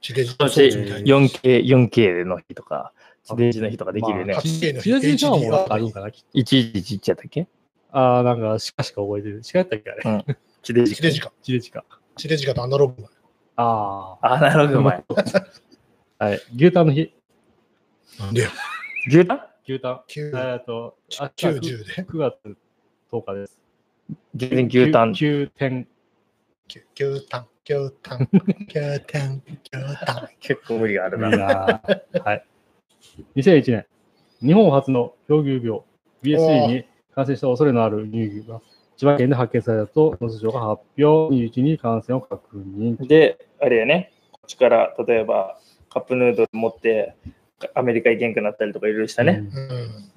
Speaker 3: 地デジ
Speaker 1: そ
Speaker 3: の
Speaker 1: して
Speaker 3: 装置みたいな。
Speaker 1: 4K、4K の日とか、地デジの日とかできるよね
Speaker 2: まあ。
Speaker 3: 8K の
Speaker 2: チラシじゃん、もあるんかな、きっ
Speaker 1: いちいちちっちゃいだっけ
Speaker 2: と。ああ、なんか、しかしか覚えてる。しかやったっけ、あれ。
Speaker 1: 地デジ
Speaker 3: 地。デジか。
Speaker 2: チレチか。
Speaker 3: 地デジかとアナログ。
Speaker 2: あ
Speaker 1: アナログ前。
Speaker 2: あ。はい。牛タンの日。
Speaker 3: なんでよ。
Speaker 1: 牛タン
Speaker 2: 牛タン。え
Speaker 3: 9
Speaker 2: ーっと、あ
Speaker 3: 九十で。
Speaker 2: 9月10日です。
Speaker 1: 全然牛タン。
Speaker 2: 9点。
Speaker 3: 牛タン、牛タン、牛タン、牛タン。
Speaker 1: 結構無理があるな。
Speaker 2: はい。2001年、日本初の狂牛病、BSE に感染した恐れのある乳牛が千葉県で発見されたと、農水省が発表、21に感染を確認。
Speaker 1: で、あれやね、こっちから例えばカップヌードル持ってアメリカ行けんくなったりとかいろいろしたね、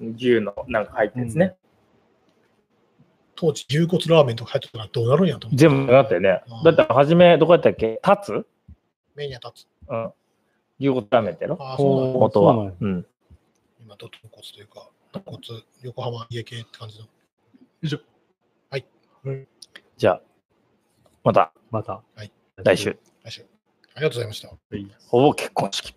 Speaker 3: うん。
Speaker 1: 牛のなんか入ってるんですね。
Speaker 3: 当時、牛骨ラーメンとか入ってたらどうなるんやと思って。
Speaker 1: 全部なったよね
Speaker 3: うん。
Speaker 1: だって初め、どこやったっけタツ
Speaker 3: 目に当たつ。
Speaker 1: うん。牛骨ラーメンってやろ
Speaker 3: ああ、そうなんだ。
Speaker 1: 元
Speaker 2: そうなん
Speaker 1: は
Speaker 2: や。
Speaker 1: うん。
Speaker 3: 今、ドット骨というか、ドット骨、横浜家系って感じの。
Speaker 1: じゃあ、また
Speaker 2: うんまた。
Speaker 3: はい
Speaker 1: 来週。
Speaker 3: ありがとうございました。
Speaker 2: はい。
Speaker 1: ほぼ結婚式。